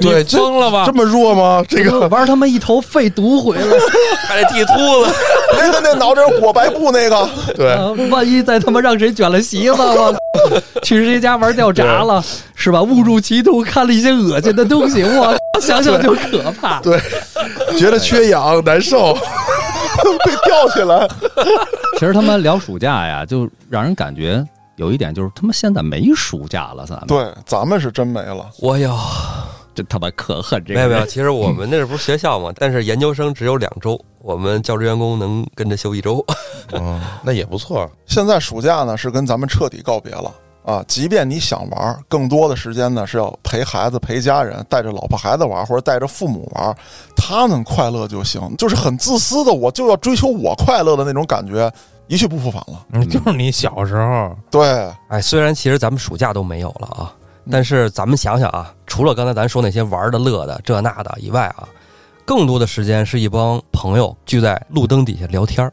对你疯了吧这？么弱吗？这个哎玩他妈一头废毒回来，还得地秃子，哎那个那脑袋上裹白布那个， 对， 呃万一再他妈让谁卷了席子，我去谁家玩掉闸了，是吧？误入歧途，看了一些恶心的东西，我想想就可怕。对，觉得缺氧难受， 被吊起来。其实他妈聊暑假呀，就让人感觉有一点就是他妈现在没暑假了，咱们对，咱们是真没了。我有，真他妈可恨这没个有人 没有，其实我们那不是学校嘛，但是研究生只有两周，我们教职员工能跟着休一周，嗯，那也不错。现在暑假呢是跟咱们彻底告别了啊！即便你想玩儿，更多的时间呢是要陪孩子、陪家人，带着老婆孩子玩儿，或者带着父母玩儿，他们快乐就行。就是很自私的，我就要追求我快乐的那种感觉，一去不复返了。嗯就是你小时候，对，哎，虽然其实咱们暑假都没有了啊，但是咱们想想啊，除了刚才咱说那些玩的、乐的、这那的以外啊，更多的时间是一帮朋友聚在路灯底下聊天儿，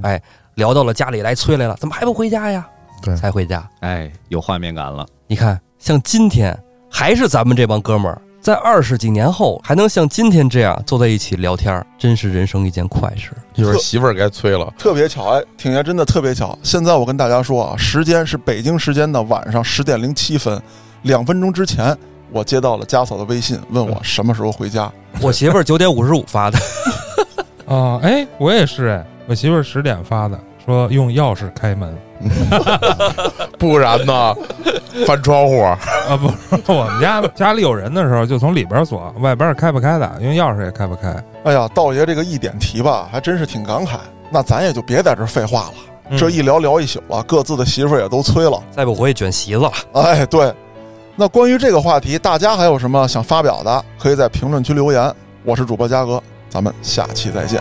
哎嗯，聊到了家里来催来了，怎么还不回家呀？对才回家。哎，有画面感了。你看，像今天还是咱们这帮哥们儿在二十几年后还能像今天这样坐在一起聊天儿，真是人生一件快事。一会儿媳妇儿该催了。特别巧，哎，挺爷真的特别巧。现在我跟大家说啊，时间是北京时间的晚上十点零七分，两分钟之前，我接到了家嫂的微信，问我什么时候回家。我媳妇儿九点五十五发的， 啊，哎，我也是哎，我媳妇儿十点发的，说用钥匙开门不然呢？ 翻窗户，啊，不 是我们家家里有人的时候就从里边锁，外边是开不开的，用钥匙也开不开。哎呀，道爷这个一点题吧，还真是挺感慨。那咱也就别在这儿废话了，嗯这一聊聊一宿了，各自的媳妇儿也都催了。 再不回去卷席子了。哎，对。那关于这个话题，大家还有什么想发表的，可以在评论区留言。我是主播嘉哥，咱们下期再见。